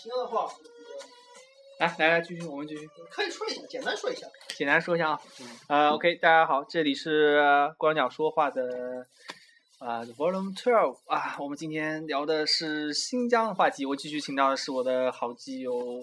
行的话，嗯来来来，继续，我们继续，可以说一下，简单说一下。简单说一下啊。呃，OK，大家好，这里是呃光脚说话的啊、呃、Volume Twelve 啊，我们今天聊的是新疆的话题。我继续请到的是我的好基友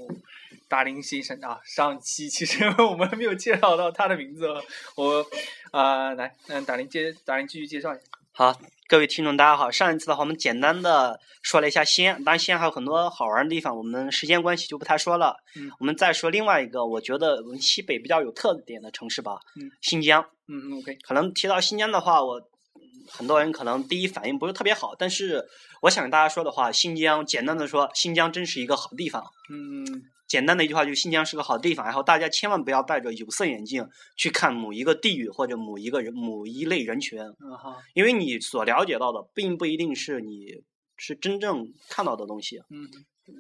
达林先生啊。上期其实 我们没有介绍到他的名字哦，我啊、呃来，嗯，达林介达林继续介绍一下。好，各位听众，大家好。上一次的话，我们简单的说了一下西安，当然西安还有很多好玩的地方，我们时间关系就不太说了。嗯我们再说另外一个，我觉得我们西北比较有特点的城市吧，嗯新疆。嗯嗯，OK，可能提到新疆的话，我嗯很多人可能第一反应不是特别好，但是我想跟大家说的话，新疆简单的说，新疆真是一个好地方。嗯简单的一句话就是新疆是个好地方，然后大家千万不要戴着有色眼镜去看某一个地域或者某一个人某一类人群，嗯好，因为你所了解到的并不一定是你是真正看到的东西。嗯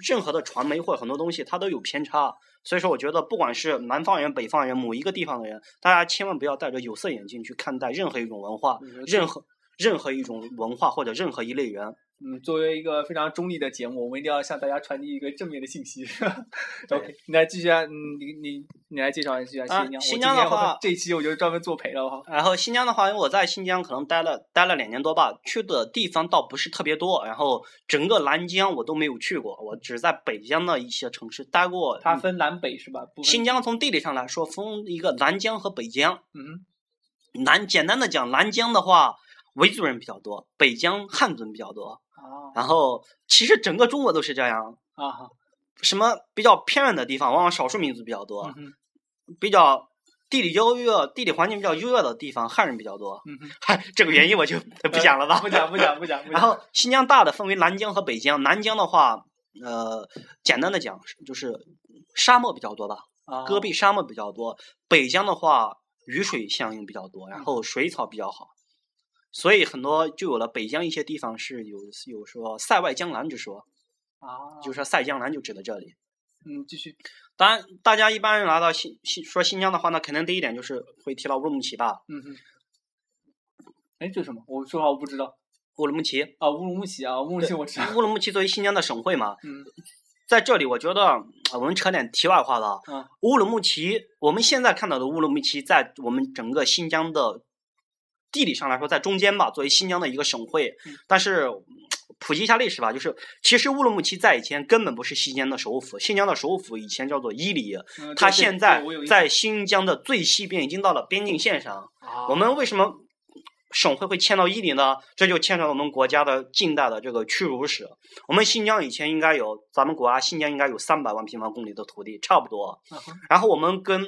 任何的传媒或者很多东西，它都有偏差。所以说，我觉得不管是南方人、北方人，某一个地方的人，大家千万不要戴着有色眼镜去看待任何一种文化嗯，任何任何一种文化或者任何一类人。嗯，作为一个非常中立的节目，我们一定要向大家传递一个正面的信息。 对 OK，你来继续啊，嗯你你你来介绍一下新啊疆。我新今疆的天我话这一期我就专门作陪了哈。然后新疆的话，因为我在新疆可能待了待了两年多吧，去的地方倒不是特别多。然后整个南疆我都没有去过，我只在北疆的一些城市待过。它分南北是吧？不分嗯新疆从地理上来说，分一个南疆和北疆。嗯南简单的讲，南疆的话，维族人比较多，北疆汉族人比较多。啊然后，其实整个中国都是这样，啊哈什么比较偏远的地方，往往少数民族比较多嗯，哼比较地理优越、地理环境比较优越的地方，汉人比较多。嗯哼，嗨，这个原因我就不讲了吧不。讲不讲不讲不讲。啊然后，新疆大的分为南疆和北疆。南疆的话，呃，简单的讲就是沙漠比较多吧，啊戈壁沙漠比较多，北疆的话雨水相应比较多，然后水草比较好，所以很多就有了北疆一些地方是有有说塞外江南之说，啊，就是说塞江南就指的这里。嗯继续当然，大家一般人来到新新说新疆的话，那肯定第一点就是会提到乌鲁木齐吧。嗯哼。哎，这是什么？我说实话我不知道乌鲁木齐，啊。乌鲁木齐啊，乌鲁木齐我知道。乌鲁木齐作为新疆的省会嘛， 嗯在这里我觉得啊我们扯点题外话了。啊乌鲁木齐，我们现在看到的乌鲁木齐，在我们整个新疆的地理上来说，在中间吧，作为新疆的一个省会。嗯但是嗯普及一下历史吧，就是其实乌鲁木齐在以前根本不是新疆的首府，新疆的首府以前叫做伊犁，嗯它对对现对在我有印象在新疆的最西边，已经到了边境线上。啊我们为什么？省会会迁到伊犁呢，这就牵扯到我们国家的近代的这个屈辱史。我们新疆以前应该有，咱们国家啊新疆应该有三百万平方公里的土地，差不多。啊哈然后我们跟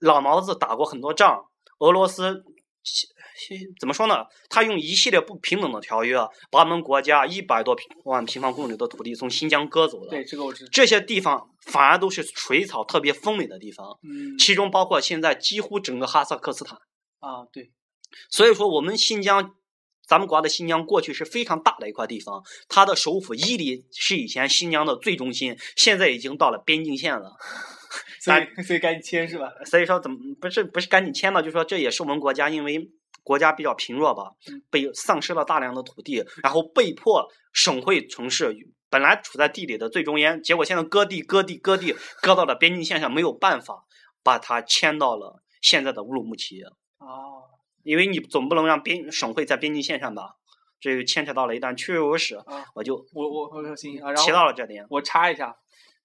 老毛子打过很多仗，俄罗斯西西怎么说呢？他用一系列不平等的条约，啊把我们国家一百多平万平方公里的土地从新疆割走了。啊对，这个我知道。这些地方反而都是水草特别丰美的地方，嗯其中包括现在几乎整个哈萨克斯坦。啊对所以说，我们新疆，咱们国家的新疆过去是非常大的一块地方，它的首府伊犁是以前新疆的最中心，现在已经到了边境线了。所以所以赶紧签是吧？所以说怎么不是不是赶紧签了，就说这也是我们国家因为国家比较贫弱吧嗯，被丧失了大量的土地，然后被迫省会城市本来处在地理的最中间，结果现在割地割地割地割到了边境线上，没有办法把它迁到了现在的乌鲁木齐，哦因为你总不能让边省会在边境线上吧，这就牵扯到了一段屈辱史，啊，我就我我我说行啊，然后提到了这点。我插一下，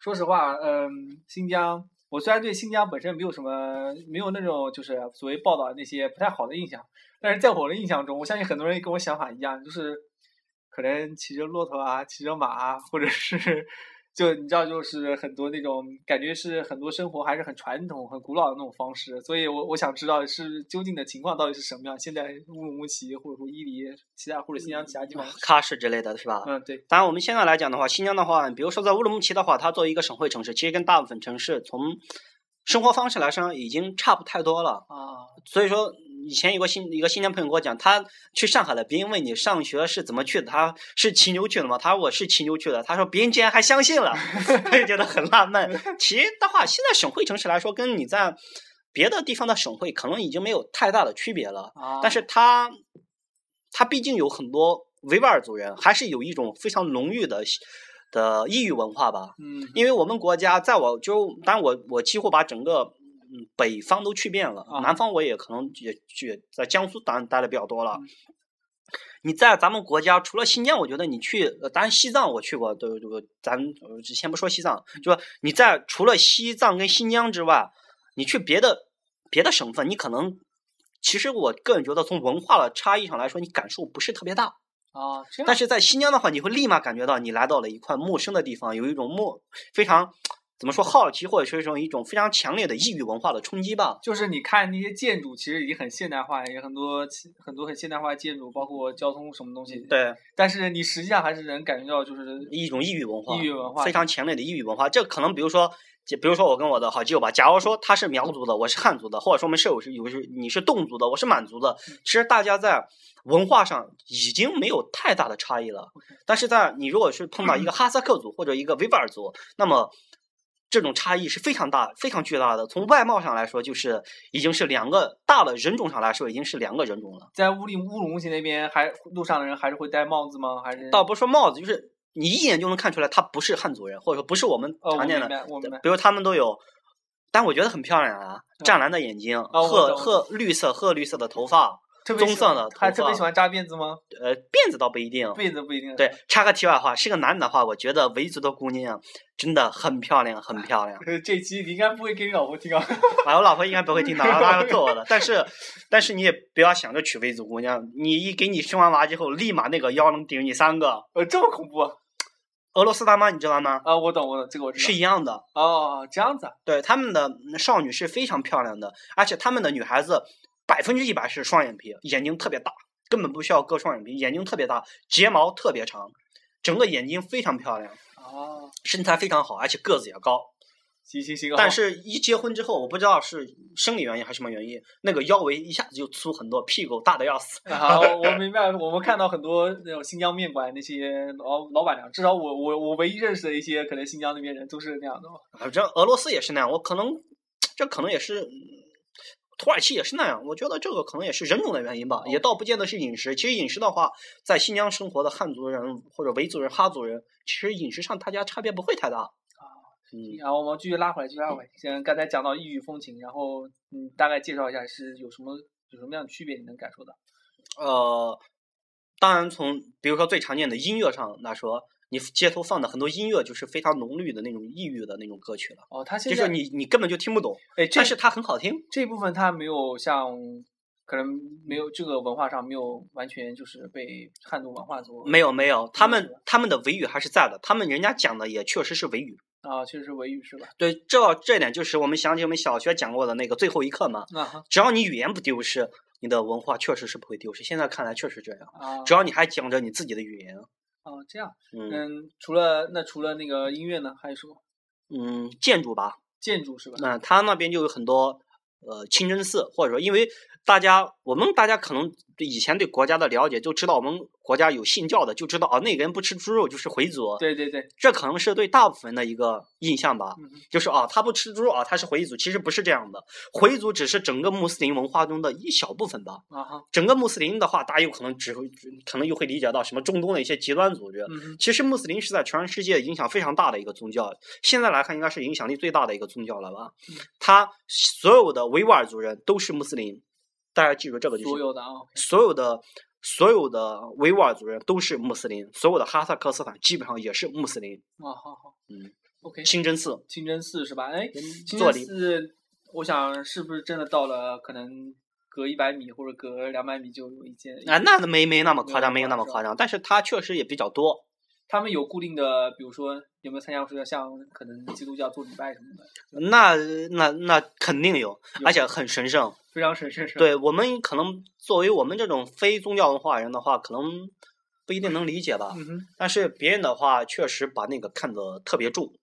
说实话，嗯，新疆，我虽然对新疆本身没有什么，没有那种就是所谓报道那些不太好的印象，但是在我的印象中，我相信很多人跟我想法一样，就是可能骑着骆驼啊，骑着马啊，或者是就你知道，就是很多那种感觉是很多生活还是很传统、很古老的那种方式，所以我我想知道是究竟的情况到底是什么样。现在乌鲁木齐或者说伊犁，其他或者新疆其他地方，喀什之类的是吧？嗯，对，当然，我们现在来讲的话，新疆的话，比如说在乌鲁木齐的话，它作为一个省会城市，其实跟大部分城市从生活方式来说已经差不太多了。啊，所以说，以前有个新一个新疆朋友跟我讲，他去上海了，别人问你上学是怎么去的，他是骑牛去的吗？他说我是骑牛去的。他说别人竟然还相信了， 他就觉得很纳闷。其实的话，现在省会城市来说，跟你在别的地方的省会可能已经没有太大的区别了。啊但是它它毕竟有很多维吾尔族人，还是有一种非常浓郁的西的异域文化吧。嗯，因为我们国家，在我就当然我我几乎把整个嗯北方都去遍了，啊南方我也可能也去在江苏当然待的比较多了嗯。你在咱们国家，除了新疆，我觉得你去，呃当然西藏我去过，都都，咱呃先不说西藏，就说你在除了西藏跟新疆之外，你去别的别的省份，你可能其实我个人觉得，从文化的差异上来说，你感受不是特别大。啊，这样但是在新疆的话，你会立马感觉到你来到了一块陌生的地方，有一种陌非常怎么说好奇，或者说一种一种非常强烈的异域文化的冲击吧。就是你看那些建筑，其实已经很现代化，也很多其很多很现代化建筑，包括交通什么东西。。对，但是你实际上还是能感觉到，就是一种异域文化，异域文化非常强烈的异域文化。这可能比如说，就比如说我跟我的好基友吧，假如说他是苗族的，我是汉族的，或者说我们舍友是有是你是侗族的，我是满族的，嗯其实大家在文化上已经没有太大的差异了。但是在你如果是碰到一个哈萨克族或者一个维吾尔族，那么这种差异是非常大、非常巨大的。从外貌上来说，就是已经是两个大的人种上来说，已经是两个人种了。在乌里乌鲁木齐那边还路上的人还是会戴帽子吗？还是倒不是说帽子，就是你一眼就能看出来他不是汉族人，或者说不是我们哦，我常明见的。白，我明白。比如他们都有，但我觉得很漂亮啊，湛蓝的眼睛，嗯哦我褐懂褐绿色褐绿色的头发，特别棕喜欢色的头还特别发喜欢扎辫子吗？呃，辫子倒不一定。辫子不一定。对，插个题外话，是个男的话，我觉得维族的姑娘真的很漂亮，很 漂亮。呃。这期你应该不会给你老婆听啊。啊，我老婆应该不会听到，她会揍我的。但是，但是你也不要想着娶维族姑娘，你一给你生完娃之后，立马那个腰能顶你三个。呃，这么恐怖啊！俄罗斯大妈你知道吗？啊我懂，我懂，这个我知道。是一样的，哦，这样子啊。对，他们的嗯少女是非常漂亮的，而且他们的女孩子百分之一百是双眼皮，眼睛特别大，根本不需要割双眼皮，眼睛特别大，睫毛特别长，整个眼睛非常漂亮，哦，身材非常好，而且个子也高。行行行。但好是，一结婚之后，我不知道是生理原因还是什么原因，那个腰围一下子就粗很多，屁股大的要 死。啊好，我我明白了。我们看到很多那种新疆面馆那些老老板娘，至少我我我唯一认识的一些可能新疆那边人都是那样的嘛。反正啊俄罗斯也是那样，我可能这可能也是。嗯土耳其也是那样，我觉得这个可能也是人种的原因吧，也倒不见得是饮食。其实饮食的话，在新疆生活的汉族人或者维族人、哈族人，其实饮食上大家差别不会太大。啊嗯，然后我们继续拉回来，继续拉回来。先刚才讲到异域风情，然后嗯，大概介绍一下是有什么有什么样的区别，你能感受到？呃，当然从比如说最常见的音乐上来说，你街头放的很多音乐就是非常浓郁的那种异域的那种歌曲了，哦，他现就在是你你根本就听不懂，哎，这但是它很好听。这部分他没有像可能没有这个文化上没有完全就是被汉族文化所没有没有，他是们吧他们的维语还是在的，他们人家讲的也确实是维语。啊，确实是维语是吧？对，这这点就是我们想起我们小学讲过的那个最后一课嘛。啊哈只要你语言不丢失，你的文化确实是不会丢失。现在看来确实这样，啊，只要你还讲着你自己的语言，哦这样，嗯嗯，除了那除了那个音乐呢，还有什么嗯，建筑吧，建筑是吧？那、他那边就有很多呃清真寺，或者说因为大家我们大家可能对以前对国家的了解就知道我们国家有信教的，就知道啊那个人不吃猪肉就是回族，对对对，这可能是对大部分的一个印象吧。嗯哼就是啊，他不吃猪肉啊，他是回族，其实不是这样的。回族只是整个穆斯林文化中的一小部分吧。啊哈，整个穆斯林的话，大家有可能只会可能又会理解到什么中东的一些极端组织。嗯哼，其实穆斯林是在全世界影响非常大的一个宗教，现在来看应该是影响力最大的一个宗教了吧嗯？他所有的维吾尔族人都是穆斯林，大家记住这个就所是有的啊，所有的所有的维吾尔族人都是穆斯林，所有的哈萨克斯坦基本上也是穆斯林。啊好好，嗯，OK，清真寺清真寺是吧？哎，清做真礼寺，我想是不是真的到了可能隔一百米或者隔两百米就有一间啊，那没没那么夸张，没没有有那那么么夸夸张，但是它确实也比较多。他们有固定的，比如说有没有参加过像可能基督教做礼拜什么的，那那那肯定有，啊而且很神圣。非常神圣是吧？对我们可能作为我们这种非宗教文化人的话，可能不一定能理解吧。嗯哼，但是别人的话，确实把那个看得特别重，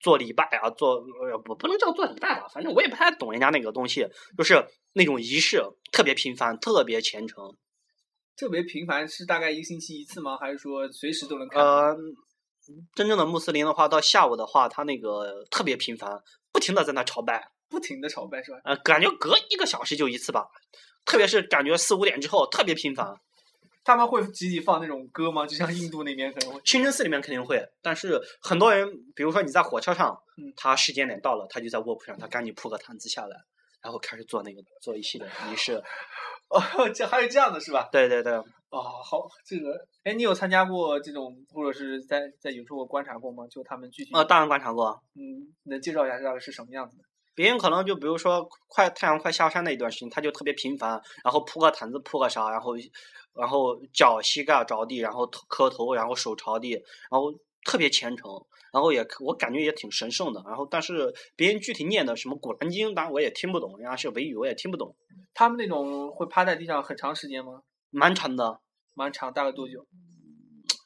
做礼拜啊，做呃不不能叫做礼拜吧，反正我也不太懂人家那个东西，就是那种仪式特别频繁，特别虔诚。特别频繁是大概一个星期一次吗？还是说随时都能看？呃，真正的穆斯林的话，到下午的话，他那个特别频繁，不停的在那朝拜，不停的朝拜是吧？呃，感觉隔一个小时就一次吧，特别是感觉四五点之后特别频繁。他们会集体放那种歌吗？就像印度那边可能会，清真寺里面肯定会，但是很多人，比如说你在火车上嗯，他时间点到了，他就在卧铺上，他赶紧铺个毯子下来，然后开始做那个做一系列仪式。哦，呃这还有这样的是吧？对对对，啊、好，这个，哎，你有参加过这种，或者是在在有时候观察过吗？就他们具体，呃，当然观察过，嗯，能介绍一下大概是什么样子的？别人可能就比如说快太阳快下山那一段时间，他就特别频繁，然后铺个毯子铺个啥，然后然后脚膝盖着地，然后头磕头，然后手朝地，然后特别虔诚，然后也我感觉也挺神圣的。然后但是别人具体念的什么古兰经，当然我也听不懂，人家是维语我也听不懂，他们那种会趴在地上很长时间吗？蛮长的。蛮长，大概多久？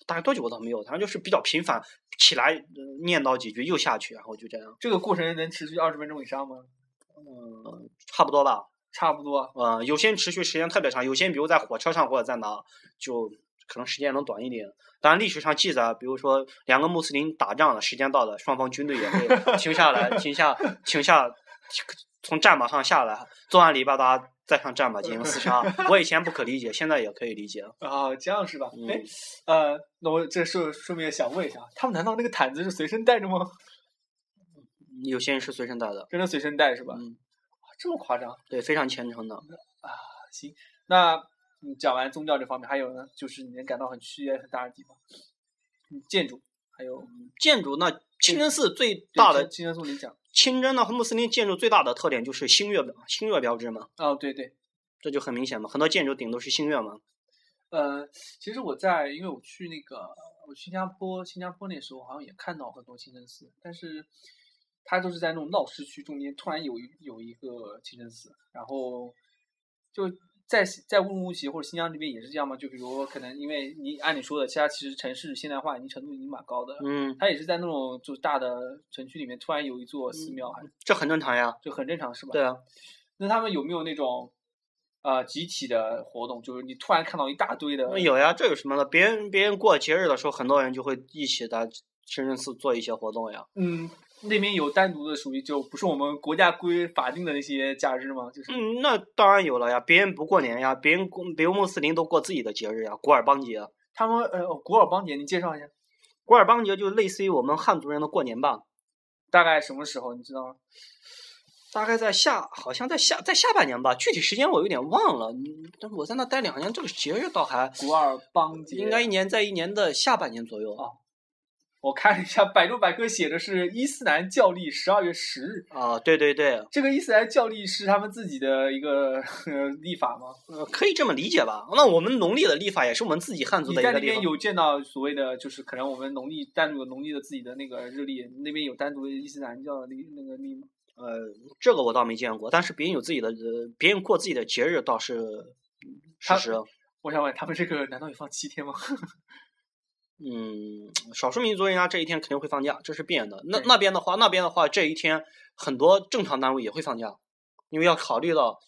大概多久我倒没有，反正就是比较频繁，起来、呃念叨几句又下去，然后就这样，这个过程能持续二十分钟以上吗？嗯，差不多吧。差不多。啊嗯，有些人持续时间特别长，有些人比如在火车上或者在哪，就可能时间能短一点。当然，历史上记载，比如说两个穆斯林打仗了，时间到了，双方军队也会停下来，停下，停下，从战马上下来，做完礼拜大家再上战马进行厮杀。我以前不可理解，现在也可以理解。啊，这样是吧？哎、嗯，呃，那我这顺顺便想问一下，他们难道那个毯子是随身带着吗？嗯有些人是随身带的，真的随身带是吧？嗯，哇这么夸张？对，非常虔诚的。那你讲完宗教这方面，还有呢，就是你能感到很区别很大的地方，嗯建筑还有建筑那清真寺最大的金元素里讲，清真的和穆斯林建筑最大的特点就是星月表星月标志嘛，哦，对对，这就很明显嘛，很多建筑顶都是星月嘛。呃，其实我在，因为我去那个我去新加坡，新加坡那时候好像也看到很多清真寺，但是它都是在那种闹市区中间，突然有一有一个清真寺，然后就在在乌鲁木齐或者新疆这边也是这样嘛，就比如可能因为你按你说的，其他其实城市现代化已经程度已经蛮高的了，嗯，它也是在那种就是大的城区里面突然有一座寺庙，还这很正常呀。就很正常是吧？嗯对啊，那他们有没有那种呃集体的活动？就是你突然看到一大堆的，那有呀，这有什么的？别人别人过节日的时候，很多人就会一起在清真寺做一些活动呀。嗯，那边有单独的属于就不是我们国家规法定的那些假日吗？就是、嗯，那当然有了呀。别人不过年呀，别人过别人穆斯林都过自己的节日呀，古尔邦节。啊他们呃，哦古尔邦节，你介绍一下，古尔邦节就类似于我们汉族人的过年吧，大概什么时候你知道吗？大概在下，好像在下在下半年吧，具体时间我有点忘了。嗯但是我在那待两年，这个节日倒还古尔邦节应该一年在一年的下半年左右啊我看了一下，百度百科写的是伊斯兰教历十二月十日。啊，对对对，这个伊斯兰教历是他们自己的一个呃立法吗？呃，可以这么理解吧？那我们农历的历法也是我们自己汉族你的一在个那历边法。有见到所谓的，就是可能我们农历单独有农历的自己的那个日历，那边有单独的伊斯兰教的历那个历吗？呃，这个我倒没见过，但是别人有自己的，呃别人过自己的节日倒是嗯事他实。我想问，他们这个难道有放七天吗？ 嗯，少数民族人家这一天肯定会放假，这是必然的。那对那边的话，那边的话，这一天很多正常单位也会放假，因为要考虑到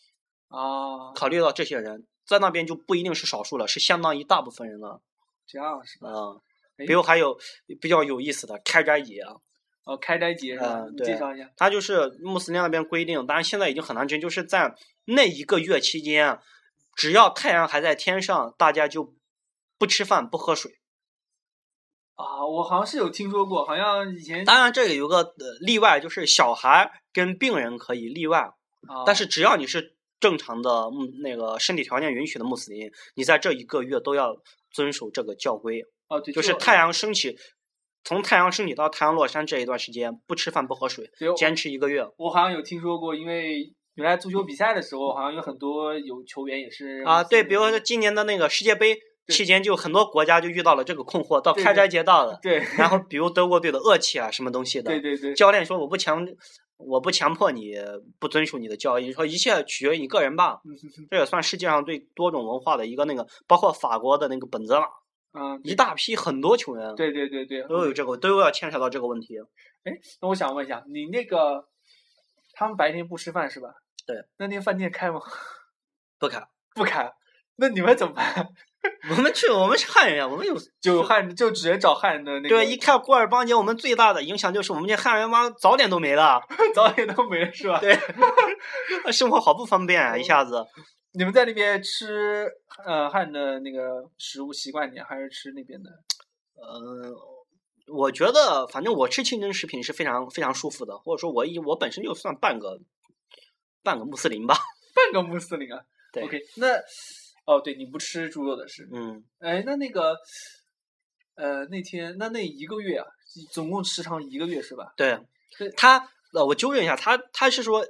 啊，考虑到这些人在那边就不一定是少数了，是相当一大部分人了这样是吧？啊、哎比如还有比较有意思的开斋节啊，哦，开斋节是吧？嗯你对介绍一下。它就是穆斯林那边规定，当然现在已经很难争，就是在那一个月期间，啊只要太阳还在天上，大家就不吃饭不喝水。啊，我好像是有听说过，好像以前，当然这里有个呃例外，就是小孩跟病人可以例外，啊但是只要你是正常的穆那个身体条件允许的穆斯林，你在这一个月都要遵守这个教规。哦，对，就是太阳升起，从太阳升起到太阳落山这一段时间，不吃饭不喝水，对我坚持一个月我好像有听说过，因为原来足球比赛的时候，好像有很多有球员也是啊。穆斯对，林比如说今年的那个世界杯对期间，就很多国家就遇到了这个困惑，到对开对，斋节到了 对然后比如德国队的厄齐啊什么东西的，对对对，教练说我不强，我不强迫你不遵守你的教义，说一切取决于你个人吧。嗯哼哼这也算世界上对多种文化的一个那个，包括法国的那个本泽马，嗯，一大批很多球员对对对对，都有这个都要牵扯到这个问题。那我想问一下，你那个他们白天不吃饭是吧？对。那那饭店开吗？ 不开，不开。啊那你们怎么办？ 我们去，我们是汉人啊呀，我们有就汉就只能找汉人的那个，对，啊一看古尔邦节，我们最大的影响就是我们这汉人妈早点 都没了，早点都没了是吧？哦对，生活好不方便啊，一下子。你们在那边吃呃汉的那个食物习惯点，啊还是吃那边的？呃，我觉得反正我吃清真食品是非常非常舒服的，或者说我一我本身就算半个半个穆斯林吧。半个穆斯林啊。对 OK，那哦，对，你不吃猪肉的是？嗯，哎，那那个呃，那天那那一个月啊，总共时长一个月是吧？对对，他呃，我纠正一下，他他是说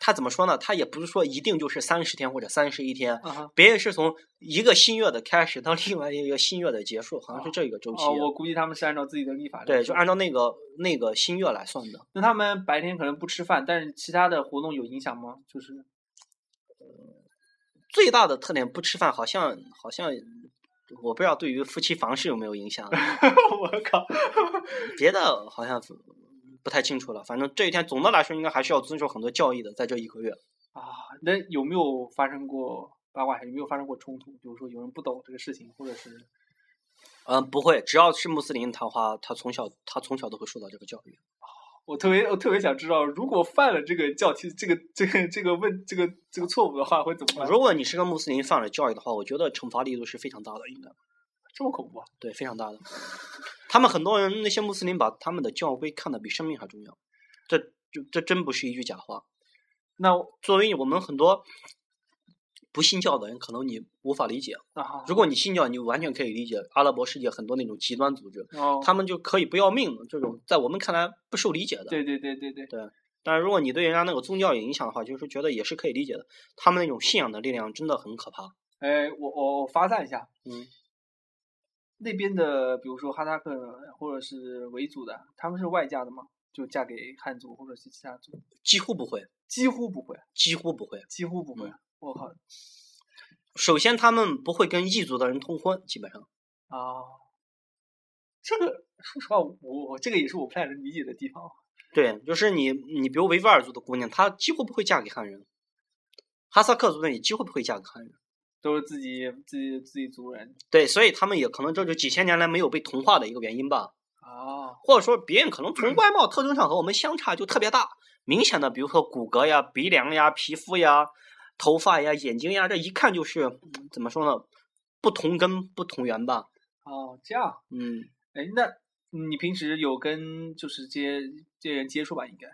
他怎么说呢？他也不是说一定就是三十天或者三十一天。啊哈。别人是从一个新月的开始到另外一个新月的结束，好像是这一个周期。啊哦，我估计他们是按照自己的历法来对，做就按照那个那个新月来算的。那他们白天可能不吃饭，但是其他的活动有影响吗？ 就是最大的特点不吃饭，好像好像我不知道对于夫妻房事有没有影响，啊我靠，别的好像不太清楚了。反正这一天总的来说应该还是要遵守很多教义的，在这一个月。啊，那有没有发生过八卦？有没有发生过冲突？比如说有人不懂这个事情，或者是嗯，不会，只要是穆斯林的话，他从小他从小都会受到这个教育。我特别我特别想知道，如果犯了这个教期这个这个这个问这个这个错误的话，会怎么办？如果你是个穆斯林犯了教育的话，我觉得惩罚力度是非常大的，应该这么恐怖啊！对非常大的。他们很多人那些穆斯林把他们的教规看得比生命还重要，这这这真不是一句假话。那我作为我们很多不信教的人，可能你无法理解。啊，如果你信教，你完全可以理解阿拉伯世界很多那种极端组织，哦，他们就可以不要命的这种，在我们看来不受理解的。对对对对对，但是如果你对人家那个宗教有影响的话，就是觉得也是可以理解的。他们那种信仰的力量真的很可怕。哎，我我我发散一下，嗯，那边的比如说哈萨克人或者是维族的，他们是外嫁的吗？就嫁给汉族或者是其他族？几乎不会，几乎不会，几乎不会。几乎不会。嗯我靠首先，他们不会跟异族的人通婚，基本上。啊！这个说实话，我我这个也是我不太能理解的地方。对，就是你，你比如维吾尔族的姑娘，她几乎不会嫁给汉人；哈萨克族的也几乎不会嫁给汉人。都是自己自己自己族人对，所以他们也可能这就几千年来没有被同化的一个原因吧。啊，或者说别人可能从外貌特征上和我们相差就特别大，明显的，比如说骨骼呀、鼻梁呀、皮肤呀、头发呀、眼睛呀，这一看就是嗯怎么说呢，不同根不同源吧。哦，这样，嗯，哎，那你平时有跟就是这些这些人接触吧？应该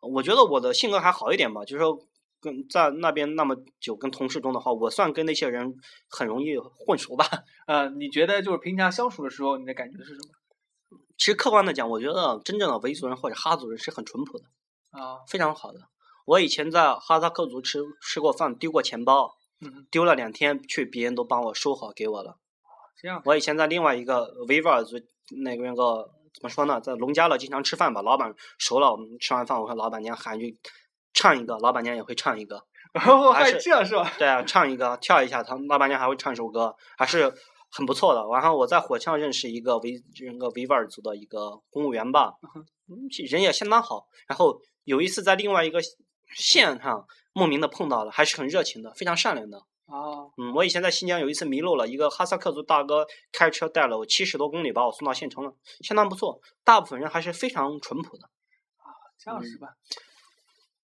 我觉得我的性格还好一点吧，就是说跟在那边那么久跟同事中的话，我算跟那些人很容易混熟吧。 呃，你觉得就是平常相处的时候，你的感觉是什么其实客观的讲，我觉得真正的维族人或者哈族人是很淳朴的，啊？非常好的。我以前在哈萨克族吃吃过饭，丢过钱包，嗯，丢了两天去，别人都帮我收好给我了。这样 我以前在另外一个维吾尔族那边个怎么说呢，在农家乐经常吃饭吧，老板熟了，我们吃完饭我和老板娘喊一句唱一个，老板娘也会唱一个，我嗯还还是这样是吧？对啊，唱一个跳一下，他老板娘还会唱一首歌，还是很不错的。然后我在火车上认识一个维一个维吾尔族的一个公务员吧，嗯人也相当好。然后有一次在另外一个县上莫名的碰到了，还是很热情的，非常善良的。啊，嗯，我以前在新疆有一次迷路了，一个哈萨克族大哥开车带了我七十多公里，把我送到县城了，相当不错。大部分人还是非常淳朴的。这样嗯是吧？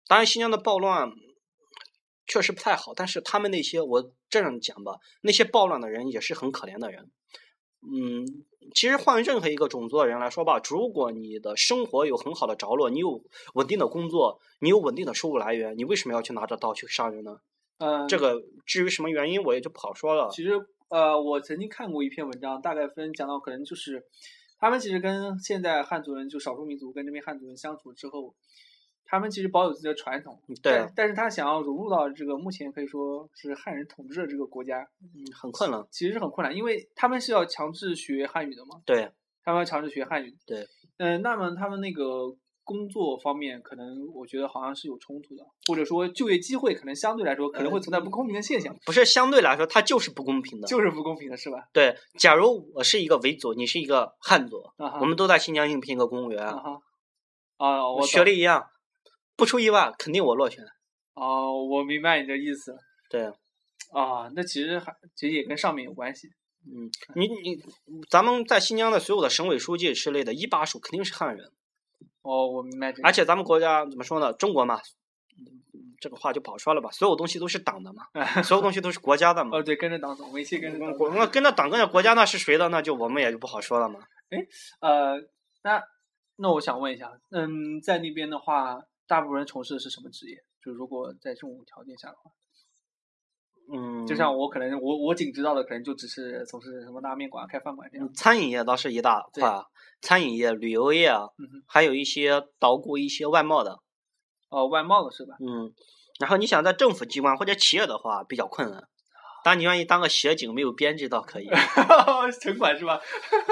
当然，新疆的暴乱确实不太好，但是他们那些我这样讲吧，那些暴乱的人也是很可怜的人。嗯，其实换任何一个种族的人来说吧，如果你的生活有很好的着落，你有稳定的工作，你有稳定的收入来源，你为什么要去拿着刀去杀人呢？嗯，这个至于什么原因，我也就不好说了。其实呃，我曾经看过一篇文章，大概分讲到可能就是，他们其实跟现在汉族人就少数民族跟这边汉族人相处之后，他们其实保有自己的传统，嗯对但，但是他想要融入到这个目前可以说是汉人统治的这个国家，嗯很困难。其实是很困难，因为他们是要强制学汉语的嘛，对，他们要强制学汉语。对。嗯、那么他们那个工作方面，可能我觉得好像是有冲突的，或者说就业机会可能相对来说可能会呃存在不公平的现象，不是相对来说，它就是不公平的。就是不公平的是吧？对，假如我是一个维族，你是一个汉族，啊哈，我们都在新疆应聘一个公务员，啊哈，啊，我学懂历一样，不出意外，肯定我落选。哦，我明白你的意思对，嗯啊，那其实还其实也跟上面有关系嗯，你你，咱们在新疆的所有的省委书记之类的，一把手肯定是汉人，哦，我明白这个，而且咱们国家怎么说呢？中国嘛，这个话就不好说了吧，所有东西都是党的嘛，所有东西都是国家的嘛。 哦，对，跟着党走，我们一起跟着党走。我们跟着党跟着国家那是谁的，那就我们也就不好说了嘛。呃，那那我想问一下，嗯，在那边的话，大部分人从事的是什么职业？就如果在这种条件下的话，嗯，就像我可能我我仅知道的，可能就只是从事什么拉面馆、开饭馆这样。嗯餐饮业倒是一大对块啊，餐饮业、旅游业啊，嗯哼，还有一些捣鼓一些外贸的，哦，外贸的是吧？ 嗯，然后你想在政府机关或者企业的话比较困难。当你愿意当个协警，没有编制倒可以。城管是吧？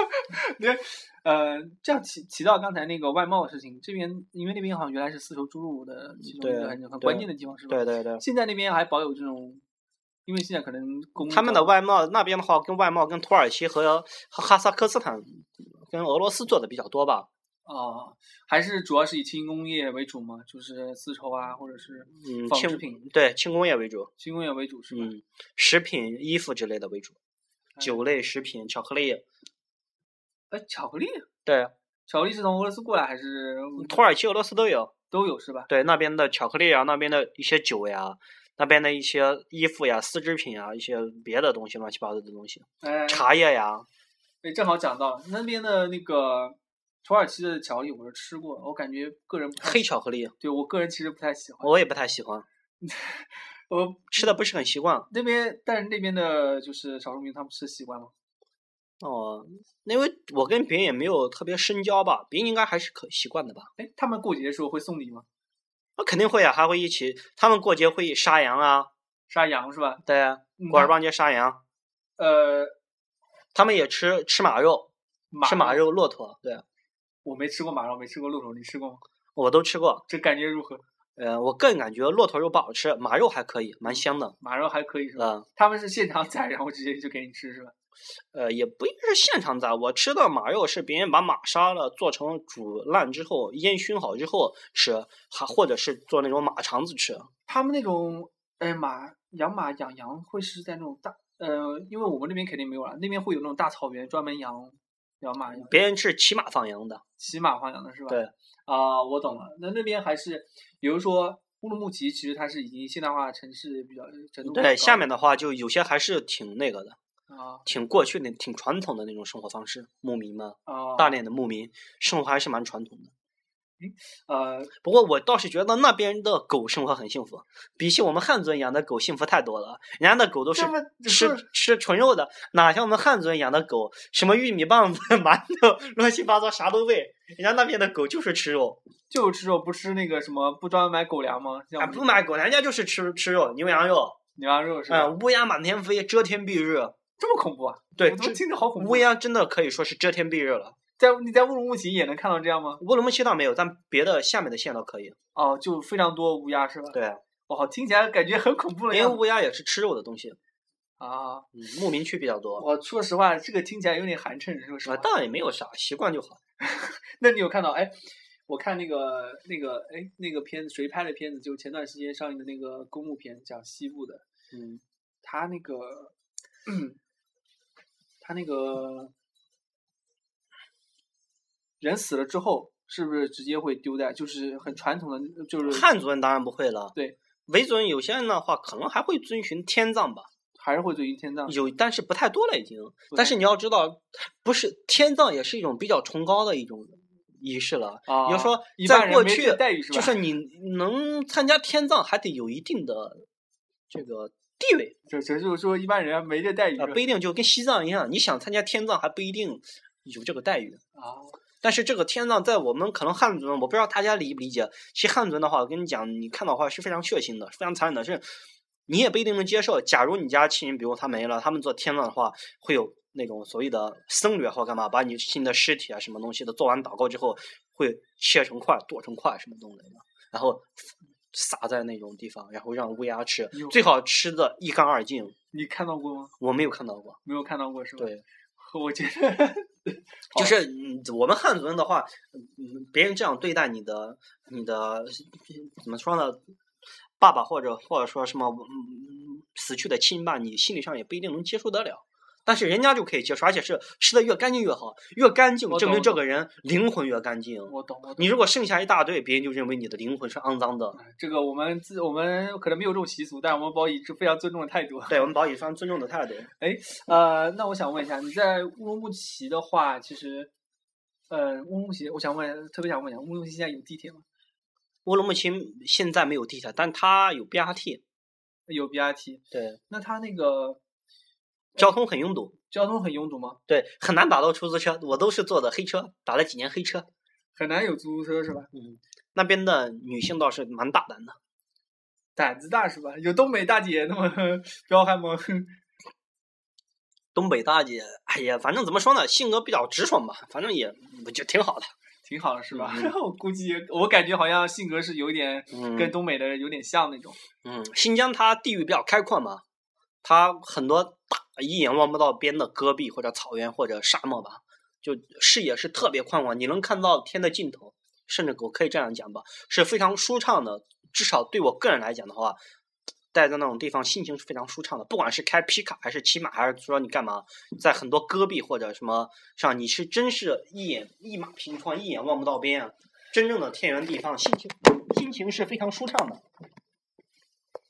那呃，这样提提到刚才那个外贸的事情，这边因为那边好像原来是丝绸之路的其中一对个很很对关键的地方是吧？对 对对，现在那边还保有这种，因为现在可能公他们的交外贸那边的话，跟外贸跟土耳其和和哈萨克斯坦、跟俄罗斯做的比较多吧。啊，还是主要是以轻工业为主嘛，就是丝绸啊，或者是嗯，纺织轻品、对轻工业为主，轻工业为主是吧？嗯，食品、衣服之类的为主，酒类、食品、巧克力。哎，巧克力，对，巧克力是从俄罗斯过来还是嗯嗯土耳其、俄罗斯都有。都有是吧？对那边的巧克力啊，那边的一些酒呀，那边的一些衣服呀、丝织品啊，一些别的东西，乱七八糟的东西，哎，茶叶呀，哎，正好讲到了那边的那个土耳其的巧克力，我是吃过，我感觉个人不太黑喜，巧克力，对我个人其实不太喜欢。我也不太喜欢，我吃的不是很习惯。那边，但是那边的就是少数民族他们吃习惯吗？哦，因为我跟别人也没有特别深交吧，别人应该还是可习惯的吧。哎，他们过节的时候会送礼吗？那肯定会啊，还会一起，他们过节会杀羊啊，杀羊是吧？对啊，嗯古尔邦节杀羊，呃，他们也吃吃马肉，马吃马，肉、骆驼，对啊，我没吃过马肉，没吃过骆驼，你吃过吗？我都吃过。这感觉如何？呃，我个人感觉骆驼肉不好吃，马肉还可以，蛮香的。马肉还可以是吧？嗯、他们是现场宰，然后直接就给你吃是吧？呃，也不一定是现场宰，我吃的马肉是别人把马杀了，做成煮烂之后，烟熏好之后吃，还或者是做那种马肠子吃。他们那种，哎马养马养羊会是在那种大，呃，因为我们那边肯定没有了，那边会有那种大草原专门养养马、养别人是骑马放羊的，骑马放羊的是吧？对。啊、我懂了。那那边还是，比如说乌鲁木齐，其实它是已经现代化城市比较程度比较对，高下的面的话就有些还是挺那个的，啊挺过去的、挺传统的那种生活方式。牧民们，啊大连的牧民生活还是蛮传统的。呃不过我倒是觉得那边的狗生活很幸福，比起我们汉族人养的狗幸福太多了。人家的狗都是这么不吃吃纯肉的，哪像我们汉族人养的狗，什么玉米棒子、 馒头，乱七八糟啥都喂。人家那边的狗就是吃肉，就吃肉不吃那个什么不专门买狗粮吗？像啊，我们不买狗，人家就是吃吃肉，牛羊肉，牛羊肉是吧？嗯，乌鸦满天飞，遮天蔽日。这么恐怖啊？对我怎么这听着好恐怖乌啊。鸦真的可以说是遮天蔽日了。在你在乌鲁木齐也能看到这样吗？乌鲁木齐倒没有，但别的下面的县倒可以。哦，就非常多乌鸦是吧？，对，哇，听起来感觉很恐怖的因为样子乌鸦也是吃肉的东西，啊！嗯，牧民区比较多。我说实话，这个听起来有点寒碜，说实啊，话。当然也没有啥，习惯就好。那你有看到哎？我看那个那个哎那个片子谁拍的片子？就前段时间上映的那个公路片，讲西部的，嗯，他那个，嗯，他那个人死了之后，是不是直接会丢在就是很传统的，就是汉族人当然不会了。对，维族人有些人的话，可能还会遵循天葬吧，还是会做一天葬？有，但是不太多了已经。不但太是你要知道，不是天葬也是一种比较崇高的一种仪式了。啊，比如说一，般在人过没这去个待遇是吧就？是你能参加天葬，还得有一定的这个地位就就就是说一般人没这待遇啊、是吧不一定就跟西藏一样，你想参加天葬还不一定有这个待遇。啊，但是这个天葬在我们可能汉族人，我不知道大家理不理解。其实汉族人的话，我跟你讲，你看到的话是非常血腥的，是非常残忍的，是你也不一定能接受。假如你家亲人，比如他没了，他们做天葬的话，会有那种所谓的僧侣啊或干嘛，把你亲的尸体啊什么东西的做完祷告之后，会切成块、剁成块什么东西的，然后撒在那种地方，然后让乌鸦吃哟，最好吃的一干二净。你看到过吗？我没有看到过，没有看到过是吧？对。我觉 得好就是嗯我们汉族人的话，嗯别人这样对待你的，你的怎么说呢？爸爸或者或者说什么嗯死去的亲爸，你心理上也不一定能接受得了。但是人家就可以接受，而且是吃的越干净越好，越干净我证明懂这个人灵魂越干净。我懂，我懂。你如果剩下一大堆，别人就认为你的灵魂是肮脏的。这个我们自我们可能没有这种习俗，但我们保以是非常尊重的态度。对我们保以双尊重的态度。呃，那我想问一下，你在乌鲁木齐的话，其实，呃，乌鲁木齐，我想问，特别想问一下，乌鲁木齐现在有地铁吗？乌鲁木齐现在没有地铁，但它有 BRT，有 BRT，对，那它那个交通很拥堵，交通很拥堵吗？对，很难打到出租车。我都是坐的黑车，打了几年黑车。很难有出租车是吧？嗯，那边的女性倒是蛮大胆的。胆子大是吧？有东北大姐那么 彪悍吗？东北大姐，哎呀，反正怎么说呢，性格比较直爽吧，反正也我觉得挺好的。挺好的是吧？嗯 我估计，我感觉好像性格是有点跟嗯东北的人有点像那种。嗯，新疆它地域比较开阔嘛，它很多大一眼望不到边的戈壁或者草原或者沙漠吧，就视野是特别宽广，你能看到天的尽头，甚至我可以这样讲吧，是非常舒畅的。至少对我个人来讲的话，待在那种地方心情是非常舒畅的，不管是开皮卡还是骑马，还是说你干嘛，在很多戈壁或者什么上，你是真是一眼一马平川，一眼望不到边啊。真正的天圆地方，心情心情是非常舒畅的。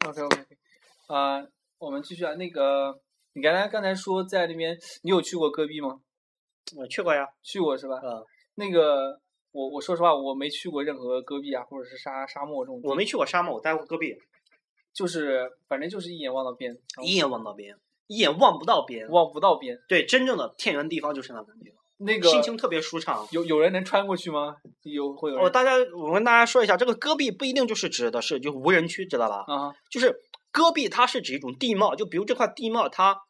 OK OK OK，呃，我们继续啊。那个，你刚才刚才说在那边，你有去过戈壁吗？我呃去过呀，去过是吧？呃，那个，我我说实话，我没去过任何戈壁啊，或者是沙沙漠这种地，我没去过沙漠，我待过戈壁，就是反正就是一眼望到边，然后一眼望不到边，一眼望不到边。望不到边。对，真正的天圆地方就是那感觉，那个心情哦特别舒畅。有有人能穿过去吗？有会有我人大家，我跟大家说一下，这个戈壁不一定就是指的是就无人区，知道吧？啊哈就是戈壁，它是指一种地貌，就比如这块地貌它。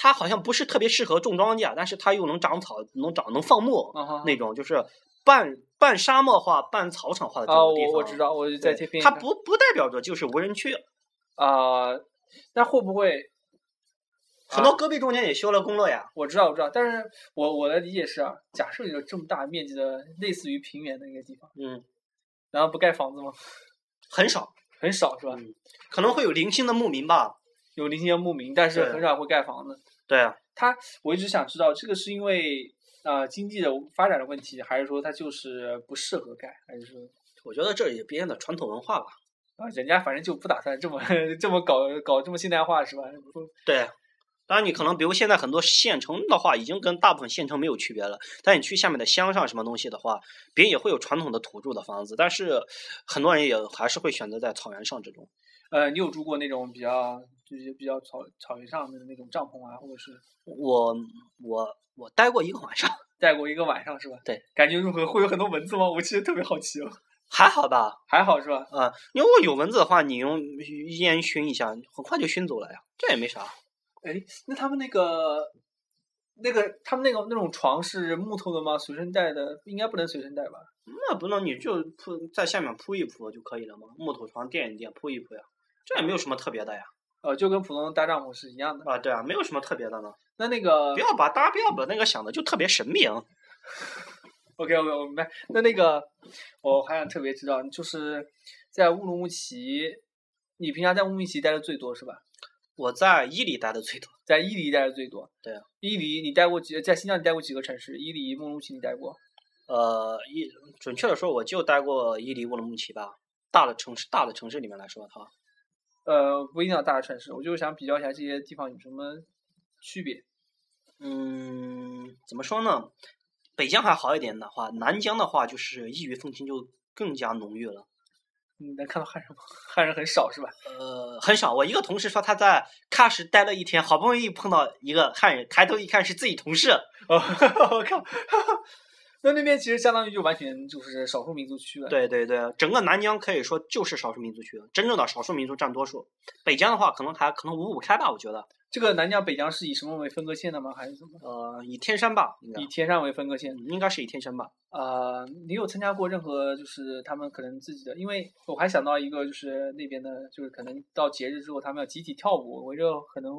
它好像不是特别适合种庄稼，但是它又能长草，能长能放牧、啊哈那种，就是半半沙漠化、半草场化的这啊，种地我方。我知道，我就对，在贴片它不不代表着就是无人区，啊、那会不会？很多戈壁中间也修了公路呀。我知道，我知道，但是我我的理解是啊，假设有这么大面积的类似于平原的一个地方，嗯，然后不盖房子吗？很少，很少是吧？嗯可能会有零星的牧民吧。有零星的牧民，但是对很少会盖房子。对啊，他，我一直想知道，这个是因为呃经济的发展的问题，还是说它就是不适合盖，还是说我觉得这也别人的传统文化吧。啊、人家反正就不打算这么 这么搞搞这么现代化是吧？不对，啊当然你可能比如现在很多县城的话，已经跟大部分县城没有区别了。但你去下面的乡上什么东西的话，别人也会有传统的土著的房子，但是很多人也还是会选择在草原上这种。呃，你有住过那种比较就是比较草草原上的那种帐篷啊，或者是我我我待过一个晚上， 待过一个晚上是吧？对，感觉如何？会有很多蚊子吗？我其实特别好奇哦。还好吧？还好是吧？啊、因为有蚊子的话，你用烟熏一下，很快就熏走了呀，这也没啥。哎，那他们那个。那个他们那个那种床是木头的吗？随身带的应该不能随身带吧？那不能，你就铺在下面铺一铺就可以了嘛，木头床垫一垫，铺一铺呀，这也没有什么特别的呀。呃，就跟普通的搭帐篷是一样的。啊，对啊，没有什么特别的呢。那那个不要把大家不要把那个想的就特别神秘啊。 OK OK，我明白。那那个，我还想特别知道，就是在乌鲁木齐，你平常在乌鲁木齐待的最多是吧？我在伊犁待的最多，在伊犁待的最多。对啊。伊犁你待过几？在新疆你待过几个城市？伊犁、乌鲁木齐你待过？呃，伊准确的说，我就待过伊犁、乌鲁木齐吧。大的城市，大的城市里面来说的话，呃，不一定要大的城市，我就是想比较一下这些地方有什么区别。嗯，怎么说呢？北疆还好一点的话，南疆的话就是异域风情就更加浓郁了。你能看到汉人吗？ 汉人很少是吧？呃，很少。我一个同事说他在喀什待了一天，好不容易碰到一个汉人，抬头一看是自己同事。 哦，我靠！那那边其实相当于就完全就是少数民族区了。，对对对，整个南疆可以说就是少数民族区，真正的少数民族占多数。北疆的话，可能还可能五五开吧，我觉得。这个南疆、北疆是以什么为分割线的吗？还是怎么？呃，以天山吧，应该嗯以天山为分割线的？应该是以天山吧。呃，你有参加过任何就是他们可能自己的？因为我还想到一个，就是那边的，就是可能到节日之后他们要集体跳舞，我就可能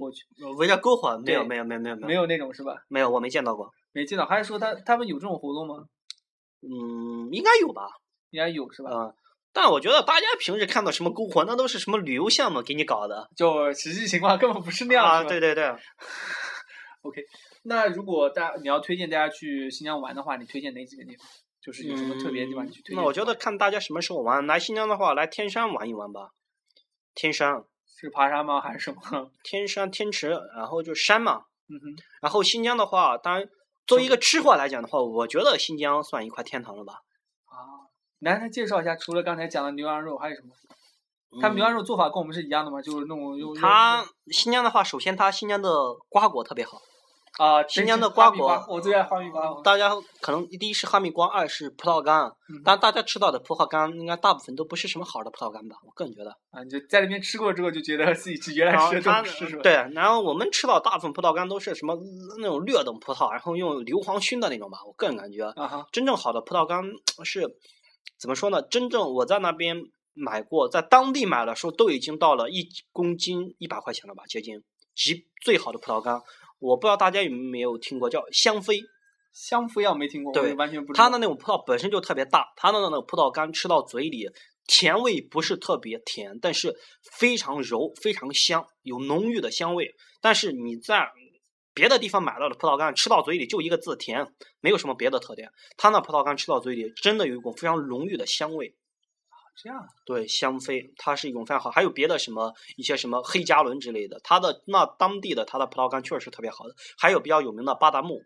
我去呃围着篝火没有对没有没有没有没有有那种是吧？没有，我没见到过。没见到，还是说他他们有这种活动吗？嗯，应该有吧？应该有是吧？嗯，但我觉得大家平时看到什么篝火，那都是什么旅游项目给你搞的就实际情况根本不是那样。啊！是吧对对对， OK，那如果大你要推荐大家去新疆玩的话，你推荐哪几个地方？就是有什么特别的地方你去推荐？嗯那我觉得看大家什么时候玩，来新疆的话，来天山玩一玩吧。天山，是爬山吗？还是什么？天山，天池，然后就山嘛。嗯哼，然后新疆的话，当然作为一个吃货来讲的话，我觉得新疆算一块天堂了吧。啊，来来介绍一下，除了刚才讲的牛羊肉，还有什么？他嗯们牛羊肉做法跟我们是一样的吗？就是那种用它新疆的话，首先它新疆的瓜果特别好，啊，真新疆是的哈瓜密果嗯我最爱哈密瓜。大家可能第一是哈密瓜，二是葡萄干哦嗯，但大家吃到的葡萄干应该大部分都不是什么好的葡萄干吧，我个人觉得。啊，你就在那边吃过之后，就觉得自己是原来然后吃的它东西是吧？对，然后我们吃到大部分葡萄干都是什么那种劣等葡萄，然后用硫磺熏的那种吧，我个人感觉，啊哈，真正好的葡萄干是怎么说呢？真正我在那边买过，在当地买的时候都已经到了一公斤一百块钱了吧，接近极最好的葡萄干。我不知道大家有没有听过叫香妃，香妃药没听过，我对也完全不知道。它的那种葡萄本身就特别大，它的那种葡萄干吃到嘴里，甜味不是特别甜，但是非常柔，非常香，有浓郁的香味。但是你在别的地方买到的葡萄干吃到嘴里就一个字甜，没有什么别的特点。它那葡萄干吃到嘴里真的有一股非常浓郁的香味。这样对，香妃它是一种非常好，还有别的什么一些什么黑加仑之类的，它的那当地的它的葡萄干确实特别好的，还有比较有名的巴达木，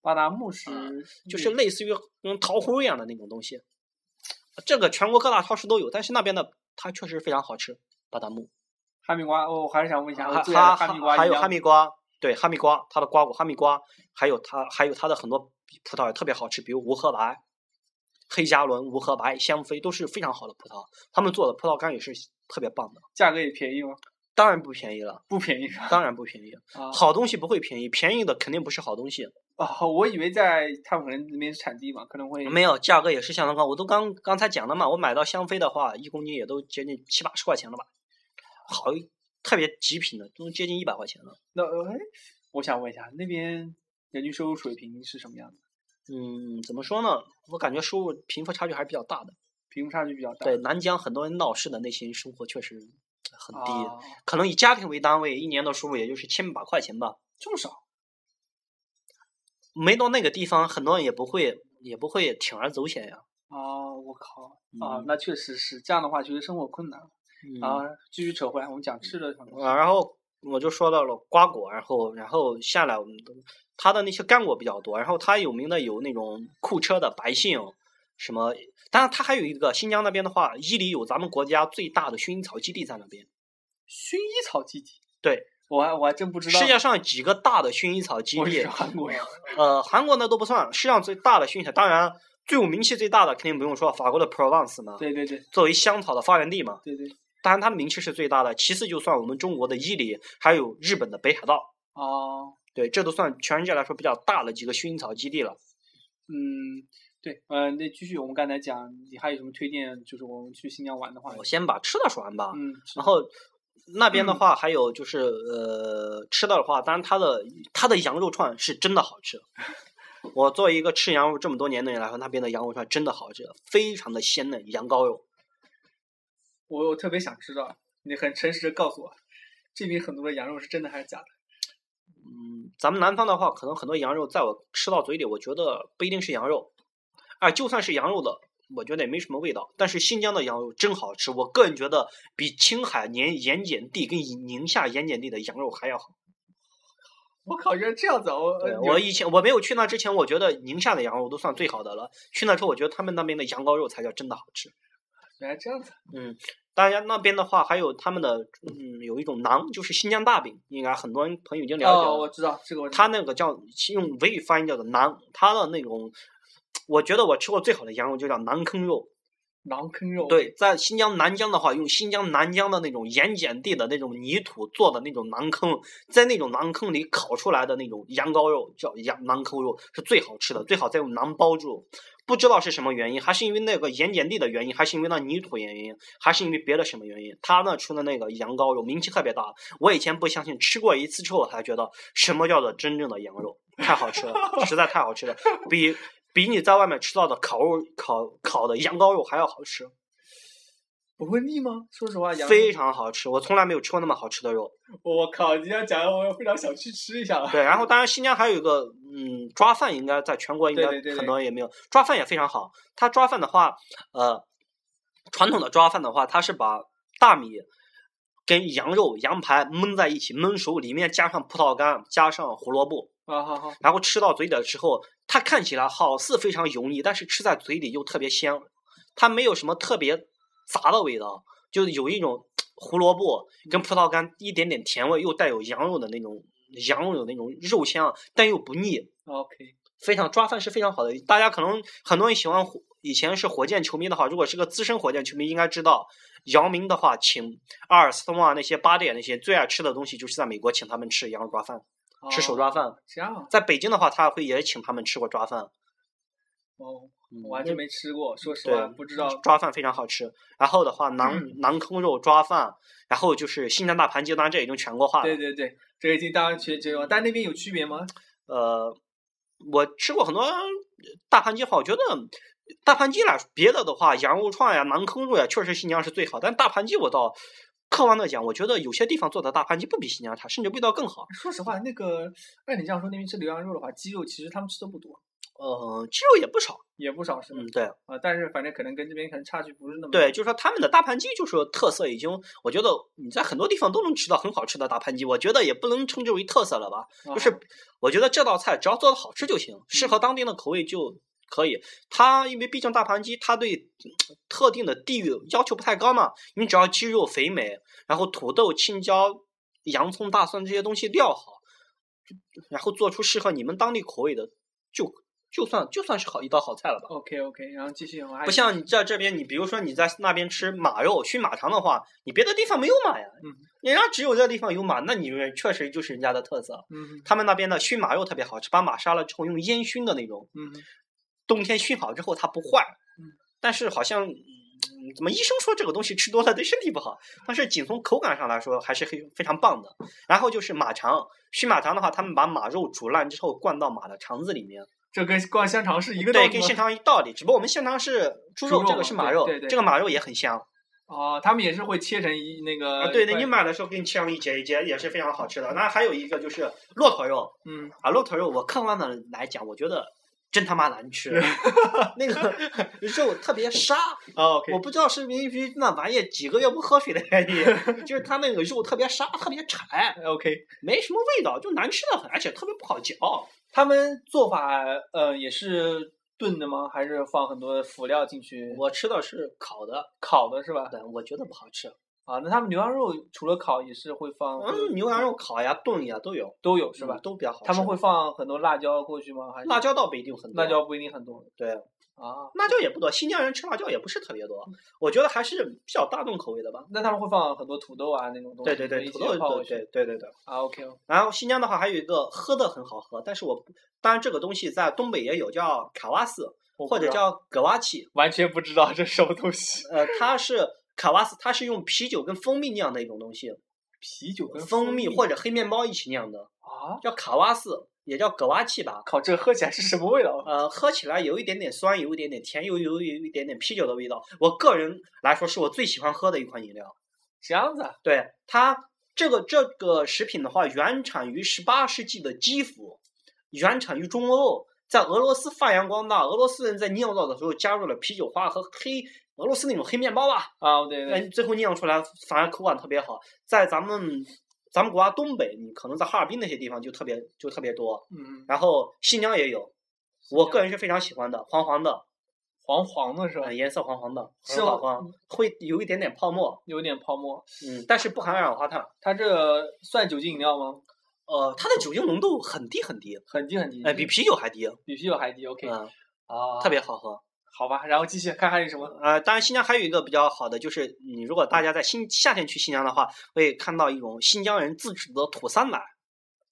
巴达木是嗯就是嗯类似于跟桃核一样的那种东西。这个全国各大超市都有，但是那边的它确实非常好吃，巴达木，哈密瓜，哦我还是想问一下，我还最爱的还哈密瓜还有一样啊哈密瓜，对哈密瓜，它的瓜果哈密瓜，还有它还有它的很多葡萄也特别好吃，比如无核白、黑加仑、无核白、香妃都是非常好的葡萄，他们做的葡萄干也是特别棒的。价格也便宜吗？当然不便宜了，不便宜是吧？当然不便宜，啊好东西不会便宜，便宜的肯定不是好东西。啊，我以为在他们可能那边是产地嘛，可能会没有，价格也是相当高。我都刚刚才讲了嘛，我买到香妃的话，一公斤也都接近七八十块钱了吧，好一特别极品的，都接近一百块钱了。那哎，我想问一下，那边人均收入水平是什么样的？嗯，怎么说呢？我感觉收入贫富差距还是比较大的。贫富差距比较大，对，南疆很多人闹市的那些人生活确实很低，啊，可能以家庭为单位，一年的收入也就是千把块钱吧。这么少没到那个地方，很多人也不会也不会铤而走险呀。啊！我靠啊嗯，那确实是这样的话，确实生活困难了嗯啊。继续扯回来，我们讲吃的方面啊，然后我就说到了瓜果，然后然后下来我们都它的那些干果比较多，然后它有名的有那种库车的白杏，什么，当然它还有一个新疆那边的话，伊犁有咱们国家最大的薰衣草基地在那边，薰衣草基地，对我还我还真不知道，世界上几个大的薰衣草基我地是， 韩国人呃，韩国那都不算，世界上最大的薰衣草，当然最有名气最大的肯定不用说，法国的 Provence 嘛，对对对作为香草的发源地嘛，对对当然它的名气是最大的，其次就算我们中国的伊犁，还有日本的北海道。啊，对，这都算全世界来说比较大的几个薰衣草基地了。嗯，对，呃，那继续我们刚才讲，你还有什么推荐？就是我们去新疆玩的话，我先把吃的说完吧。嗯，是然后那边的话，还有就是呃，吃的的话，当然它的它的羊肉串是真的好吃。我作为一个吃羊肉这么多年的人来说，那边的羊肉串真的好吃，非常的鲜嫩，羊羔肉。我我特别想知道，你很诚实的告诉我，这边很多的羊肉是真的还是假的？嗯，咱们南方的话，可能很多羊肉在我吃到嘴里，我觉得不一定是羊肉，啊，就算是羊肉的，我觉得也没什么味道。但是新疆的羊肉真好吃，我个人觉得比青海盐盐碱地跟宁夏盐碱地的羊肉还要好。我靠，原来这样子啊！我对呃我以前我没有去那之前，我觉得宁夏的羊肉都算最好的了。去那之后，我觉得他们那边的羊羔肉才叫真的好吃。原来这样子啊嗯，大家那边的话，还有他们的嗯，有一种馕，就是新疆大饼，应该很多人朋友已经了解了。哦，我知道这个我知它道那个叫用维语发音叫做馕，它的那种，我觉得我吃过最好的羊肉就叫馕坑肉。馕坑肉，，对，在新疆南疆的话，用新疆南疆的那种盐碱地的那种泥土做的那种馕坑，在那种馕坑里烤出来的那种羊羔肉叫羊馕坑肉是最好吃的，最好再用馕包住。不知道是什么原因，还是因为那个盐碱地的原因，还是因为那泥土原因，还是因为别的什么原因，他那出的那个羊羔肉名气特别大。我以前不相信，吃过一次之后，我才觉得什么叫做真正的羊肉，太好吃了，实在太好吃了，比比你在外面吃到的烤肉、烤烤的羊羔肉还要好吃。不会腻吗？说实话，羊非常好吃，我从来没有吃过那么好吃的肉。我靠，你这样讲，我非常想去吃一下了。对，然后当然新疆还有一个，嗯，抓饭应该在全国应该对对对对很多人也没有，抓饭也非常好。它抓饭的话，呃，传统的抓饭的话，它是把大米跟羊肉、羊排焖在一起焖熟，里面加上葡萄干，加上胡萝卜，啊，好好，然后吃到嘴里的时候，它看起来好似非常油腻，但是吃在嘴里又特别香，它没有什么特别杂的味道，就有一种胡萝卜跟葡萄干一点点甜味，又带有羊肉的那种羊肉的那种肉香，但又不腻， ，OK，非常抓饭是非常好的。大家可能很多人喜欢火，以前是火箭球迷的话，如果是个资深火箭球迷，应该知道。姚明的话，请阿尔斯通啊那些巴蒂啊那些最爱吃的东西，就是在美国请他们吃羊肉抓饭，吃手抓哦，饭。这样，在北京的话，他会也请他们吃过抓饭，哦，嗯我还真没吃过，说实对话不知道。抓饭非常好吃。然后的话，嗯馕馕坑肉抓饭，然后就是新疆大盘鸡，当然这已经全国化对了。对对，这已经当然全全国，但那边有区别吗？呃，我吃过很多大盘鸡的话，我觉得大盘鸡来说，别的的话，羊肉串呀、馕坑肉呀，确实新疆是最好。但大盘鸡我倒客观的讲，我觉得有些地方做的大盘鸡不比新疆差，甚至味道更好。说实话，那个按你这样说，那边吃牛羊肉的话，鸡肉其实他们吃的不多，呃，鸡肉也不少。也不少是吧嗯，？对。啊，但是反正可能跟这边可能差距不是那么对，就是说他们的大盘鸡就是特色，已经我觉得你在很多地方都能吃到很好吃的大盘鸡，我觉得也不能称之为特色了吧。啊就是我觉得这道菜只要做的好吃就行，适合当地的口味就可以。它因为毕竟大盘鸡，它对嗯特定的地域要求不太高嘛，你只要鸡肉肥美，然后土豆、青椒、洋葱、大蒜这些东西料好，然后做出适合你们当地口味的，就就算就算是好一道好菜了吧。 OK OK，然后继续往下一个，不像你在这边，你比如说你在那边吃马肉、熏马肠的话，你别的地方没有马呀，嗯人家只有这地方有马，那你们确实就是人家的特色。嗯他们那边的熏马肉特别好吃，把马杀了之后用烟熏的那种，嗯冬天熏好之后它不坏嗯。但是好像、嗯怎么医生说这个东西吃多了对身体不好，但是仅从口感上来说还是非非常棒的。然后就是马肠，熏马肠的话，他们把马肉煮烂之后灌到马的肠子里面，这跟逛香肠是一个道对，理跟吗现肠一道理，只不过我们现肠是猪猪肉，肉这个是嘛马对肉对对，这个马肉也很香。哦，他们也是会切成一那个啊，一对的，块你买的时候给你切上一节一节，也是非常好吃的。那还有一个就是骆驼肉嗯啊，骆驼肉我客观的来讲，我觉得真他妈难 吃，那个 肉特别沙，哦 OK 我不知道是因为那玩意儿几个月不喝水的原因，就是它那个肉特别沙，特别柴， OK，没什么味道，就难吃的很，而且特别不好嚼。他们做法呃也是炖的吗？还是放很多辅料进去我吃的是烤的，烤的是吧？但我觉得不好吃。啊，那他们牛羊肉除了烤也是会放，嗯，牛羊肉烤呀、炖呀都有，都有是嗯吧？都比较好吃。他们会放很多辣椒过去吗？还是辣椒倒不一定很多，辣椒不一定很多对。啊？辣椒也不多，新疆人吃辣椒也不是特别多，我觉得还是比较大众口味的吧。那他们会放很多土豆啊那种东西，对对对，一起土豆泡过对去对对对对。啊 OK 然后新疆的话还有一个喝的很好喝，但是我不当然这个东西在东北也有，叫卡哇斯我不或知者道叫格瓦奇，完全不知道这是什么东 西，呃，它是卡哇斯，它是用啤酒跟蜂蜜酿的一种东西，啤酒跟蜂蜜蜜啊或者黑面包一起酿的，啊，叫卡哇斯，也叫格瓦奇吧。靠，这喝起来是什么味道？啊呃，喝起来有一点点酸，有一点点甜，又有有一点点啤酒的味道。我个人来说，是我最喜欢喝的一款饮料。这样子啊，对它这个这个食品的话，原产于十八世纪的基辅，原产于中欧，在俄罗斯发扬光大。俄罗斯人在酿造的时候加入了啤酒花和黑俄罗斯那种黑面包吧，啊对那对，最后酿出来反而口感特别好。在咱们咱们国家东北，你可能在哈尔滨那些地方就特别就特别多，嗯，然后新疆也有。我个人是非常喜欢的，黄黄的，黄黄的是吧呃，？颜色黄黄的，是很好吗嗯喝，会有一点点泡沫，有点泡沫，嗯，但是不含二氧化碳。它这算酒精饮料吗？呃，它的酒精浓度很低很低，很低很低，哎、比啤酒还低，嗯、比啤酒还低，OK 啊，特别好喝。好吧，然后继续看还有什么？呃，当然新疆还有一个比较好的，就是你如果大家在新夏天去新疆的话，会看到一种新疆人自制的土酸奶、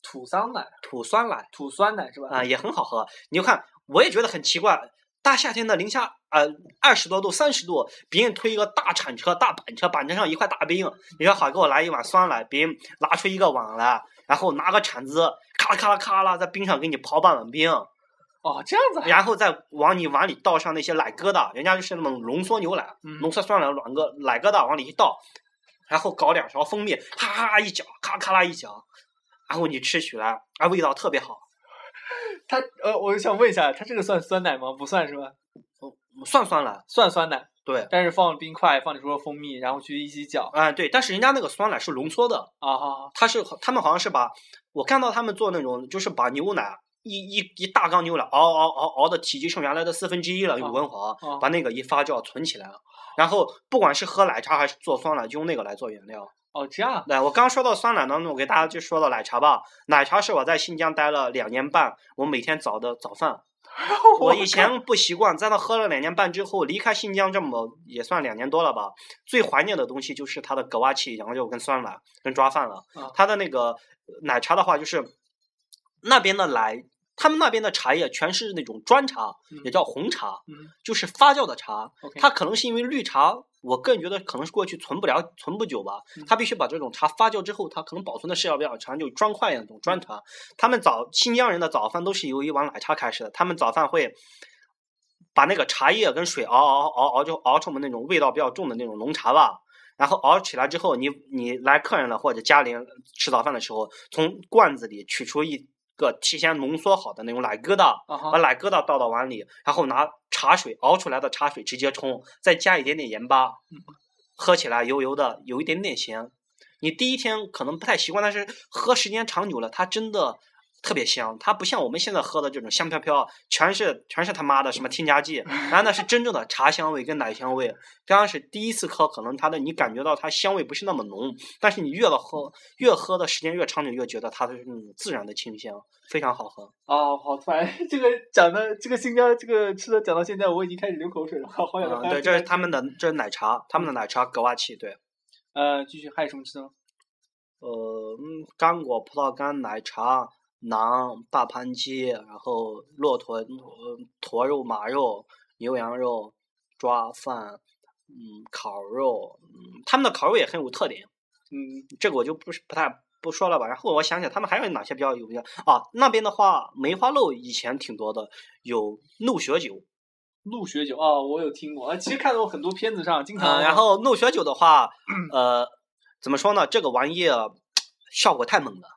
土桑奶、土酸奶土酸奶是吧？啊、也很好喝。你就看，我也觉得很奇怪，大夏天的零下呃二十多度、三十度，别人推一个大铲车、大板车，板车上一块大冰，你说好给我来一碗酸奶，别人拿出一个碗来，然后拿个铲子，咔啦咔啦咔啦在冰上给你刨半碗冰。哦，这样子啊，然后再往你碗里倒上那些奶疙瘩，人家就是那种浓缩牛奶，嗯浓缩酸奶软疙奶疙瘩往里一倒，然后搞两勺蜂蜜，咔咔咔一搅，咔咔啦一搅，然后你吃起来，啊，味道特别好。它呃，我想问一下，它这个算酸奶吗？不算是吧？算酸奶，算酸奶，对，但是放冰块，放里边蜂蜜，然后去一起搅啊、对，但是人家那个酸奶是浓缩的，啊哈他是他们好像是把我看到他们做那种，就是把牛奶一一一大缸牛奶熬熬熬熬的体积剩原来的四分之一了，有温华，啊把那个一发酵存起来，然后不管是喝奶茶还是做酸奶，就用那个来做原料。哦，这样对，我刚说到酸奶当中，我给大家就说到奶茶吧。奶茶是我在新疆待了两年半，我每天早的早 饭，我以前不习惯，在那喝了两年半之后，离开新疆这么也算两年多了吧。最怀念的东西就是它的格瓦奇羊肉跟酸奶跟抓饭了啊。它的那个奶茶的话，就是那边的奶，他们那边的茶叶全是那种砖茶，也叫红茶，嗯就是发酵的茶。 ，OK，它可能是因为绿茶，我个人觉得可能是过去存不了、存不久吧嗯。它必须把这种茶发酵之后，它可能保存的时间比较长，就砖块那种嗯砖茶。他们早新疆人的早饭都是由一碗奶茶开始的，他们早饭会把那个茶叶跟水熬熬熬熬，就熬成我们那种味道比较重的那种浓茶吧。然后熬起来之后，你你来客人了或者家里人吃早饭的时候，从罐子里取出一个提前浓缩好的那种奶疙瘩，啊把哈，奶疙瘩倒到碗里，然后拿茶水熬出来的茶水直接冲，再加一点点盐巴嗯，喝起来油油的，有一点点咸。你第一天可能不太习惯，但是喝时间长久了，它真的特别香。它不像我们现在喝的这种香飘飘，全是全是他妈的什么添 加剂，然后那是真正的茶香味跟奶香味。刚开始第一次喝，可能它的你感觉到它香味不是那么浓，但是你越了喝，越喝的时间越长久，越觉得它的那种自然的清香，非常好喝。哦，好，突然 这个讲的这个新疆这个吃的讲到现在，我已经开始流口水了，好想嗯，还有嗯对，这是他们的，这是奶茶，他们的奶茶格瓦奇，对，呃，继续还有什么吃的吗？呃，嗯干果、葡萄干、奶茶、馕、大盘鸡，然后骆驼、呃驼肉、马肉、牛羊肉、抓饭，嗯，烤肉，嗯，他们的烤肉也很有特点，嗯，这个我就不是不太不说了吧。然后我想想，他们还有哪些比较有名啊？那边的话，梅花鹿以前挺多的，有怒血酒，鹿血酒哦，我有听过，啊，其实看到很多片子上经常，嗯，然 后怒血酒的话，嗯呃，怎么说呢？这个玩意儿效果太猛了。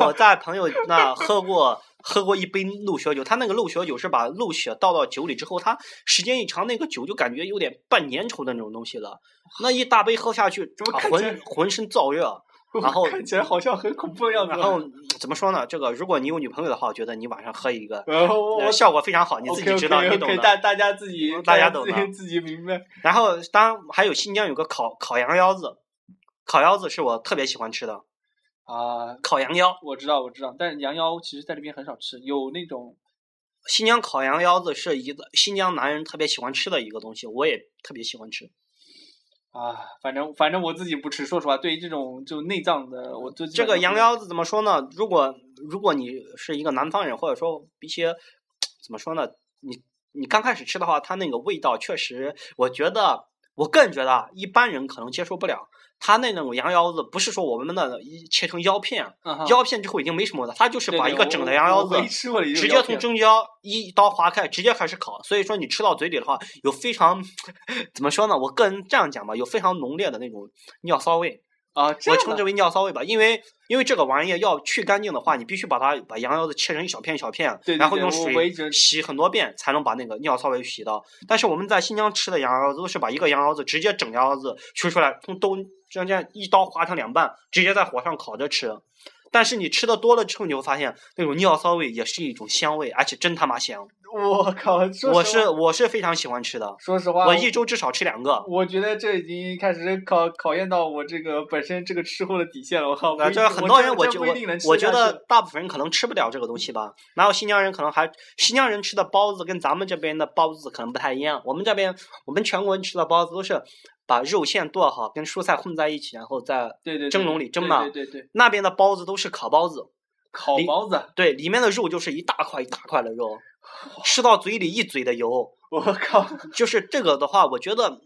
我在朋友那喝过喝过一杯鹿血酒，他那个鹿血酒是把鹿血倒到酒里之后，它时间一长，那个酒就感觉有点半粘稠的那种东西了。那一大杯喝下去，怎么啊看起来浑浑身燥热。然后看起来好像很恐怖的样子，然 后嗯怎么说呢？这个如果你有女朋友的话，我觉得你晚上喝一个，然后哦我呃效果非常好，你自己知道，你懂 o k 的。大大家自己 大家自懂己的自己明白。然后当然还有新疆有个烤烤羊腰子，烤腰子是我特别喜欢吃的。啊，烤羊腰，我知道，我知道，但是羊腰其实在这边很少吃，有那种新疆烤羊腰子是一个新疆男人特别喜欢吃的一个东西，我也特别喜欢吃。啊，反正反正我自己不吃，说实话，对于这种就内脏的，我就基这本上个羊不腰子怎么说呢？如果如果你是一个南方人，或者说一些怎么说呢，你你刚开始吃的话，它那个味道确实，我觉得我个人觉得啊一般人可能接受不了。它那种羊腰子不是说我们那一切成腰片，嗯哼腰片之后已经没什么了，它就是对把对一个我整的我羊腰我子没吃过的一种直腰接从片中间一刀划开，直接开始烤。所以说你吃到嘴里的话，有非常 怎么说呢？我个人这样讲吧，有非常浓烈的那种尿骚味，啊， 我这称之为尿骚味吧，因为因为这个玩意儿要去干净的话，你必须把它把羊腰子切成一小片一小片，啊对对然后对用我我一直水洗很多遍，才能把那个尿骚味洗掉。但是我们在新疆吃的羊腰子都是把一个羊腰子直接整羊腰子取出来，从兜中间一刀划成两半，直接在火上烤着吃。但是你吃的多了之后，你会发现那种尿骚味也是一种香味，而且真他妈香。我靠，说我实是话哦我是非常喜欢吃的，说实话，我一周至少吃两个。我觉得这已经开始考考验到我这个本身这个吃货的底线了。我靠，啊，这这很多人我我真觉不我一定能吃我觉下得去大部分人可能吃不了这个东西吧。然后新疆人可能还新疆人吃的包子跟咱们这边的包子可能不太一样。我们这边我们全国人吃的包子都是把肉馅剁好，跟蔬菜混在一起，然后再对对对蒸笼里蒸对嘛对对对，那边的包子都是烤包子，烤里包子，对，里面的肉就是一大块一大块的肉，吃到嘴里一嘴的油。我靠，就是这个的话，我觉得，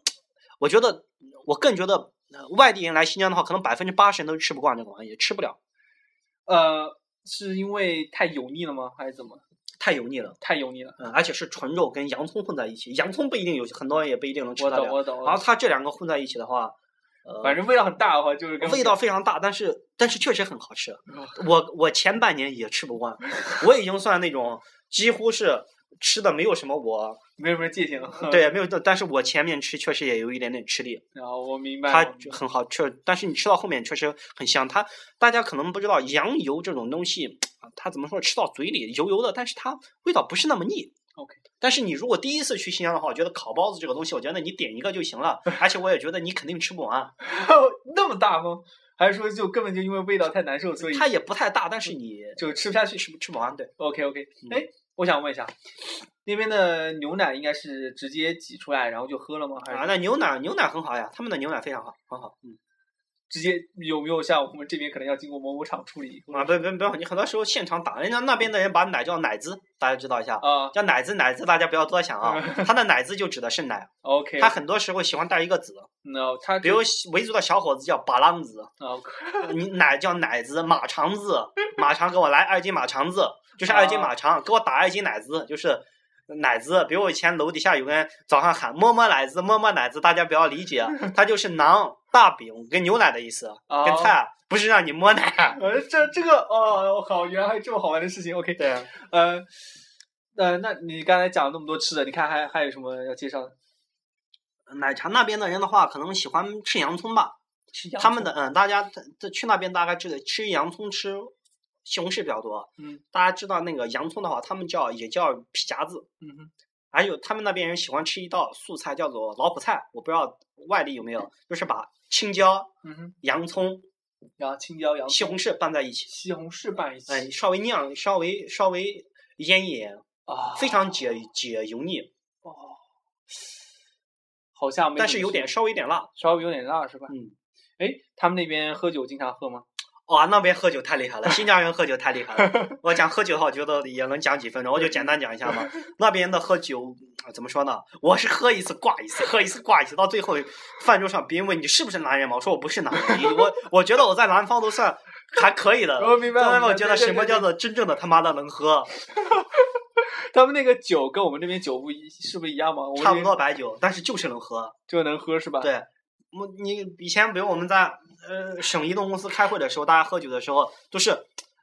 我觉得，我更觉得呃外地人来新疆的话，可能百分之八十人都吃不惯这个玩意，吃不了。呃，是因为太油腻了吗？还是怎么？太油腻了，太油腻了。嗯，而且是纯肉跟洋葱混在一起，洋葱不一定有，很多人也不一定能吃我得懂，了。我懂。我然后懂它这两个混在一起的话，呃，反正味道很大的话，就是跟味道非常大，但是但是确实很好吃哦。我我前半年也吃不 惯，我已经算那种几乎是吃的没有什么我没有什么界限了。对没有，但是我前面吃确实也有一点点吃力， 然后我明白。它我明就白很好吃，但是你吃到后面确实很香。它大家可能不知道羊油这种东西，啊它怎么说吃到嘴里油油的，但是它味道不是那么腻。 OK 但是你如果第一次去新疆的话，我觉得烤包子这个东西，我觉得你点一个就行了，而且我也觉得你肯定吃不 完。那么大吗？还是说就根本就因为味道太难受，所以它也不太大，但是你就吃不下去？吃不吃不完？对。 OK OK，嗯哎，我想问一下，那边的牛奶应该是直接挤出来然后就喝了吗？还啊，是那牛奶牛奶很好呀，他们的牛奶非常好，很好。嗯直接有没有像我们这边可能要经过某某厂处理？啊，不不不，你很多时候现场打，人家那边的人把奶叫奶滋，大家知道一下，啊叫奶滋奶滋，大家不要多想啊，嗯他的奶滋就指的是奶， ，OK，他很多时候喜欢带一个子，那他比如维族的小伙子叫巴郎子，啊，你奶叫奶滋，马肠子，马肠给我来二斤马肠子，就是二斤马肠，给我打二斤奶滋，就是。奶滋，比如我以前楼底下有个人早上喊“么么奶滋，么么奶滋”，大家不要理 解，它就是馕、大饼跟牛奶的意思。啊跟菜，不是让你摸奶。呃，这这个哦，我靠，原来还有这么好玩的事情。OK，对啊，呃，呃，那你刚才讲了那么多吃的，你看还还有什么要介绍的？奶茶那边的人的话，可能喜欢吃洋葱吧。是洋他们葱的嗯，大家在在去那边大概吃吃洋葱吃西红柿比较多。嗯，大家知道那个洋葱的话，他们叫也叫皮夹子。嗯哼还有他们那边人喜欢吃一道素菜叫做老虎菜，我不知道外地有没有，就是把青椒、嗯哼，洋葱、然后青椒、洋西葱、红柿拌在一起，西红柿拌一起，哎，稍微酿，稍微稍微腌一腌，啊，非常解解油腻，哦，好像没但怎是么有吃点稍微有点辣。稍微有点辣是吧？嗯。哎，他们那边喝酒经常喝吗？ 哇，那边喝酒太厉害了，新疆人喝酒太厉害 了。我讲喝酒的话，我觉得也能讲几分钟，我就简单讲一下吧。那边的喝酒啊怎么说呢？我是喝一次挂一次，喝一次挂一次，到最后饭桌上别人问你是不是男人嘛，我说我不是男人，你我我觉得我在南方都算还可以的。我明白在我明外面我白觉对得对什么对叫做真正的他妈的能喝，他们那个酒跟我们这边酒不一是不是一样吗？我们差这不边多白酒，但是就是能喝。就能喝是吧？。对，我你以前比如我们在呃省移动公司开会的时候，大家喝酒的时候都是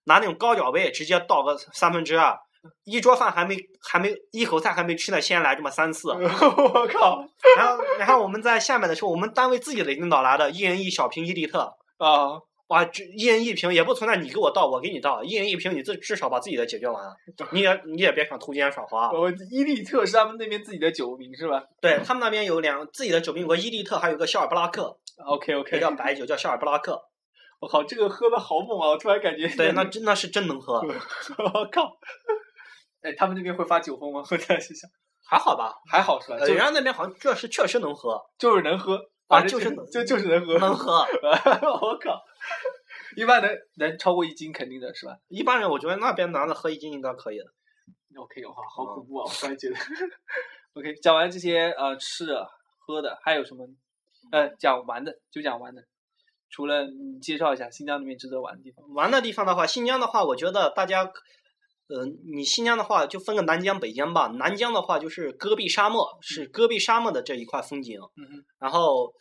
拿那种高脚杯直接倒个三分之二，一桌饭还没还没一口菜还没吃呢，先来这么三 次 我靠然后然后我们在下面的时候，我们单位自己的领导来的，一人一小瓶一立特。啊！哇，这一人一瓶也不存在你给我倒，我给你倒，一人一瓶，你至至少把自己的解决完啊，你也你也别想偷奸耍滑。我伊利特是他们那边自己的酒名是吧对他们那边有两自己的酒瓶，有个伊利特，还有个肖尔布拉克， ？OK 也 OK，叫白酒，叫肖尔布拉克。 我靠，这个喝的好猛啊！我突然感觉对，那真那是真能喝， 我靠！哎，他们那边会发酒疯吗？我 在想，还好吧？还好是吧？呃就人家那边好像确实确实能喝，就是能喝啊反正就是能就就是能喝，能喝。 我靠！一般能能超过一斤肯定的是吧一般人我觉得那边男的喝一斤应该可以的。 ？OK，哇，好嗯恐怖啊！我突然觉得，OK，讲完这些呃吃的喝的，还有什么？呃，讲玩的就讲玩的，除了你介绍一下新疆那边值得玩的地方。玩的地方的话，新疆的话，我觉得大家，呃，你新疆的话就分个南疆、北疆吧。南疆的话就是戈壁沙漠，是戈壁沙漠的这一块风景。嗯哼，然后，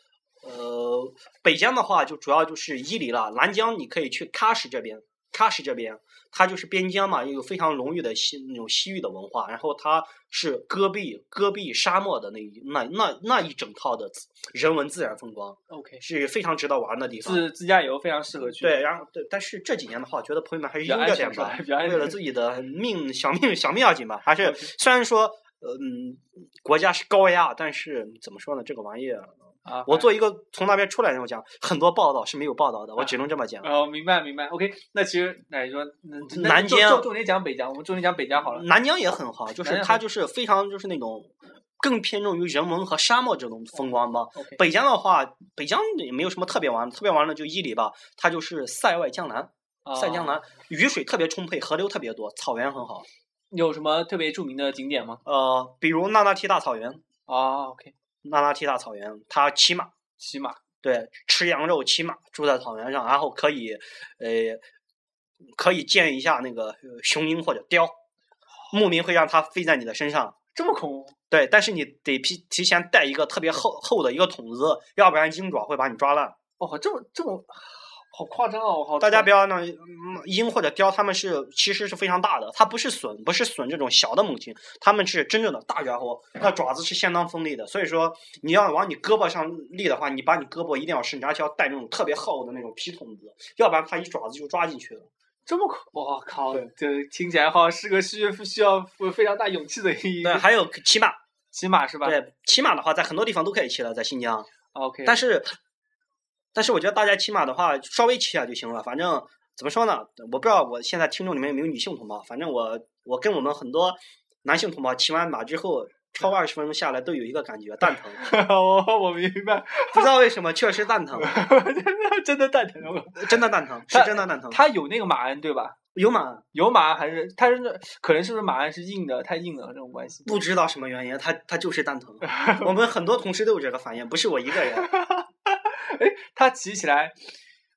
呃，北疆的话就主要就是伊犁了。南疆你可以去喀什这边，喀什这边它就是边疆嘛，又有非常浓郁的西那种西域的文化，然后它是戈壁戈壁沙漠的那一那那那一整套的自人文自然风光， OK，是非常值得玩的地方。自自驾游非常适合去。嗯对，，然后对，但是这几年的话，我觉得朋友们还是比较悠安着全点是嗯吧吧，比 较安为了全自己的命小命小命要紧吧。还是虽然说，呃嗯，国家是高压，但是怎么说呢，这个玩意儿啊，我做一个从那边出来的人，我讲很多报道是没有报道的，我啊只能这么讲。哦，明白明白，OK。那其实那你说，那那南嗯重疆重重点讲北疆，我们重点讲北疆好了。南疆也很好，就南是疆它很就是非常就是那种更偏重于人文和沙漠这种风光吧。 OK，北疆的话，北疆也没有什么特别玩，的，特别玩的就伊犁吧，它就是塞外江南，塞江啊南雨水特别充沛，河流特别多，草原很好。有什么特别著名的景点吗？呃，比如那拉提大草原，啊，OK，那拉提大草原，它骑马，骑马。对，吃羊肉、骑马，住在草原上，然后可以，呃，可以见一下那个呃雄鹰或者雕。牧民会让它飞在你的身上。这么恐怖？对，但是你得提提前带一个特别厚厚的一个桶子，要不然鹰爪会把你抓烂。哦，这么这么好夸张啊！我靠，大家不要那嗯鹰或者雕，它们是其实是非常大的，它不是隼，不是隼这种小的猛禽，它们是真正的大家伙，那爪子是相当锋利的。所以说，你要往你胳膊上立的话，你把你胳膊一定要伸直，而且要带那种特别厚的那种皮筒子，要不然它一爪子就抓进去了。这么恐，我靠对！这听起来好像是个需需要非常大勇气的一对，还有骑马，骑马是吧？嗯啊对，骑马的话，在很多地方都可以骑了，在新疆。 ，OK。但是是，但是我觉得大家骑马的话，稍微骑下就行了。反正怎么说呢，我不知道我现在听众里面有没有女性同胞。反正我我跟我们很多男性同胞骑完马之后，超二十分钟下来都有一个感觉，蛋疼，我我明白， 不知道为什么，确实蛋疼，真的蛋疼了。真的蛋疼，是它真的蛋疼。他有那个马鞍对吧？有马有马鞍还是他是那可能是不是马鞍是硬的太硬了这种关 系？不知道什么原因，他他就是蛋疼。我们很多同事都有这个反应，不是我一个人。他骑起来，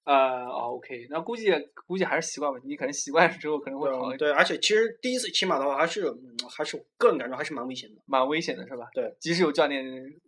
呃、哦、，OK，那估计估计还是习惯问题，可能习惯了之后可能会好一点，对，而且其实第一次骑马的话，还是嗯还是个人感觉还是蛮危险的。蛮危险的是吧？对，即使有教练，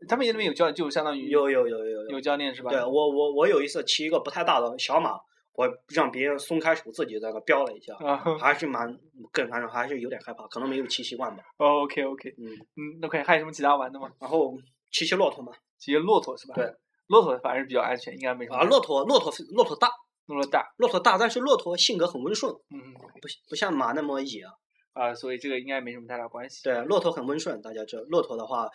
他们那边有教练，就相当于有有有有有有教练是吧？对我我我有一次骑一个不太大的小马，我让别人松开手，自己在那飙了一下， 啊还是蛮个人反正还是有点害怕，可能没有骑习惯吧。 ，OK OK，嗯，哦嗯，OK，还有什么其他玩的吗？然后骑骑骆驼嘛，骑骆驼是吧？对，骆驼反而比较安全，应该没什么啊，问题。骆驼骆驼骆驼大，骆驼大，骆驼大，但是骆驼性格很温顺，嗯不不像马那么野。啊，所以这个应该没什么太大关系。对，骆驼很温顺，大家知道。骆驼的话，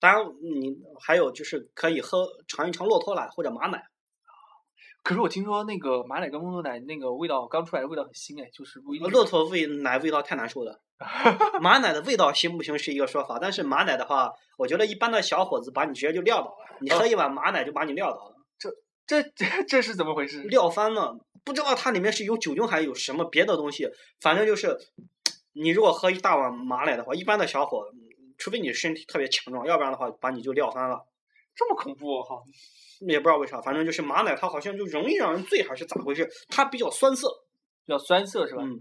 当然你还有就是可以喝尝一尝骆驼奶或者马奶。可是我听说那个马奶跟骆驼奶那个味道刚出来的味道很腥哎，就是不一定。啊骆驼味奶味道太难受了，马奶的味道行不行是一个说法，但是马奶的话，我觉得一般的小伙子把你直接就撂倒了，你喝一碗马奶就把你撂倒了，这这这是怎么回事？撂翻了，不知道它里面是有酒精还是有什么别的东西，反正就是，你如果喝一大碗马奶的话，一般的小伙，除非你身体特别强壮，要不然的话把你就撂翻了。这么恐怖，我靠！也不知道为啥，反正就是马奶，它好像就容易让人醉，还是咋回事？它比较酸涩，比较酸涩是吧？嗯，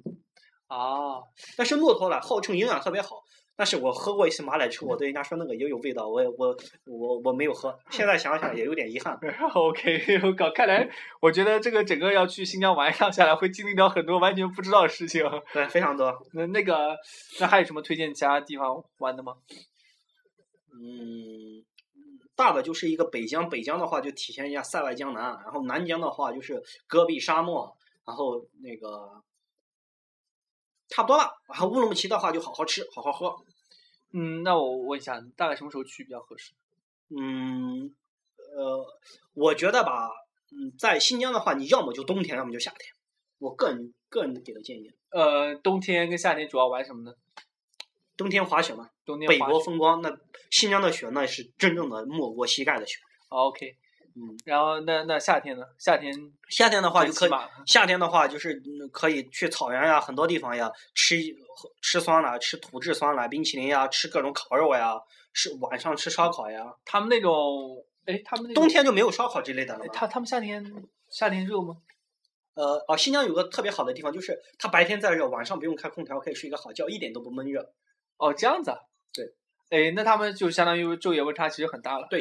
啊，但是骆驼奶号称营养特别好，但是我喝过一次马奶之后，我对人家说那个也有味道，我也我我我没有喝，现在想想也有点遗憾。 OK，我靠，看来我觉得这个整个要去新疆玩一趟下来，会经历到很多完全不知道的事情。对，非常多。那那个，那还有什么推荐其他地方玩的吗？嗯，大的就是一个北疆，北疆的话就体现一下塞外江南，啊然后南疆的话就是戈壁沙漠，然后那个差不多了。然后乌鲁木齐的话就好好吃，好好喝。嗯，那我问一下，大概什么时候去比较合适？嗯，呃，我觉得吧，嗯，在新疆的话，你要么就冬天，要么就夏天。我个人个人给的建议，呃，冬天跟夏天主要玩什么呢？冬天滑雪嘛，冬天北滑国雪风光，那新疆的雪那是真正的没过膝盖的雪。哦，OK。嗯，然后那那夏天呢？夏天夏天的话就就可以骑，马夏天的话就是嗯可以去草原呀，很多地方呀，吃一喝吃酸奶，吃土制酸奶、冰淇淋呀，吃各种烤肉呀，吃晚上吃烧烤呀。他们那种，哎，他们那种冬天就没有烧烤这类的了哎吧。他他们夏天夏天热吗？呃，哦，新疆有个特别好的地方，就是它白天再热，晚上不用开空调，可以睡一个好觉，一点都不闷热。哦，这样子啊。对。哎，那他们就相当于昼夜温差其实很大了。对，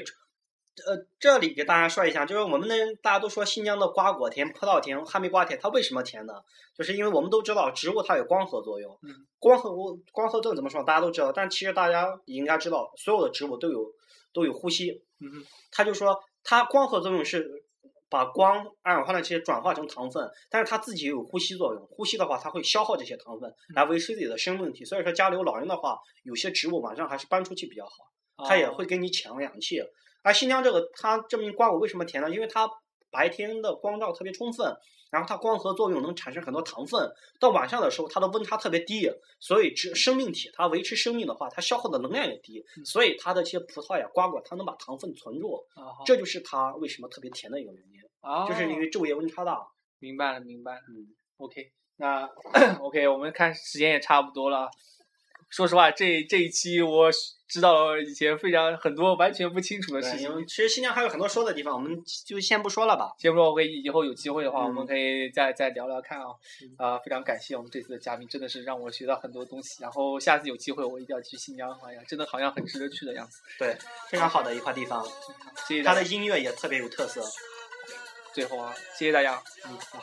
呃，这里给大家说一下，就是我们那大家都说新疆的瓜果甜、葡萄甜、哈密瓜甜，它为什么甜呢？就是因为我们都知道植物它有光合作用，嗯光合光合作用怎么说，大家都知道，但其实大家也应该知道，所有的植物都有都有呼吸，嗯哼，他就说它光合作用是把光二氧化碳这些转化成糖分，但是它自己也有呼吸作用，呼吸的话它会消耗这些糖分嗯来维持自己的生命体。所以说家里有老人的话，有些植物晚上还是搬出去比较好，它也哦会给你抢氧气。而新疆这个它这名瓜果为什么甜呢？因为它白天的光照特别充分，然后它光合作用能产生很多糖分，到晚上的时候它的温差特别低，所以植生命体它维持生命的话，它消耗的能量也低，所以它的这些葡萄呀、瓜果，它能把糖分存住，啊哈这就是它为什么特别甜的一个原因，啊，就是因为昼夜温差大。明白了，明白了。嗯， OK，那 OK，我们看时间也差不多了啊。说实话，这这一期我知道了以前非常很多完全不清楚的事对，情因。为其实新疆还有很多说的地方，我们就先不说了吧。节目我会以后有机会的话，我嗯们可以再再聊聊看啊。啊、非常感谢我们这次的嘉宾，真的是让我学到很多东西。然后下次有机会我一定要去新疆，哎呀，真的好像很值得去的样子。对，非常好的一块地方，谢谢它大的家。音乐也特别有特色。最后啊，谢谢大家。嗯，好，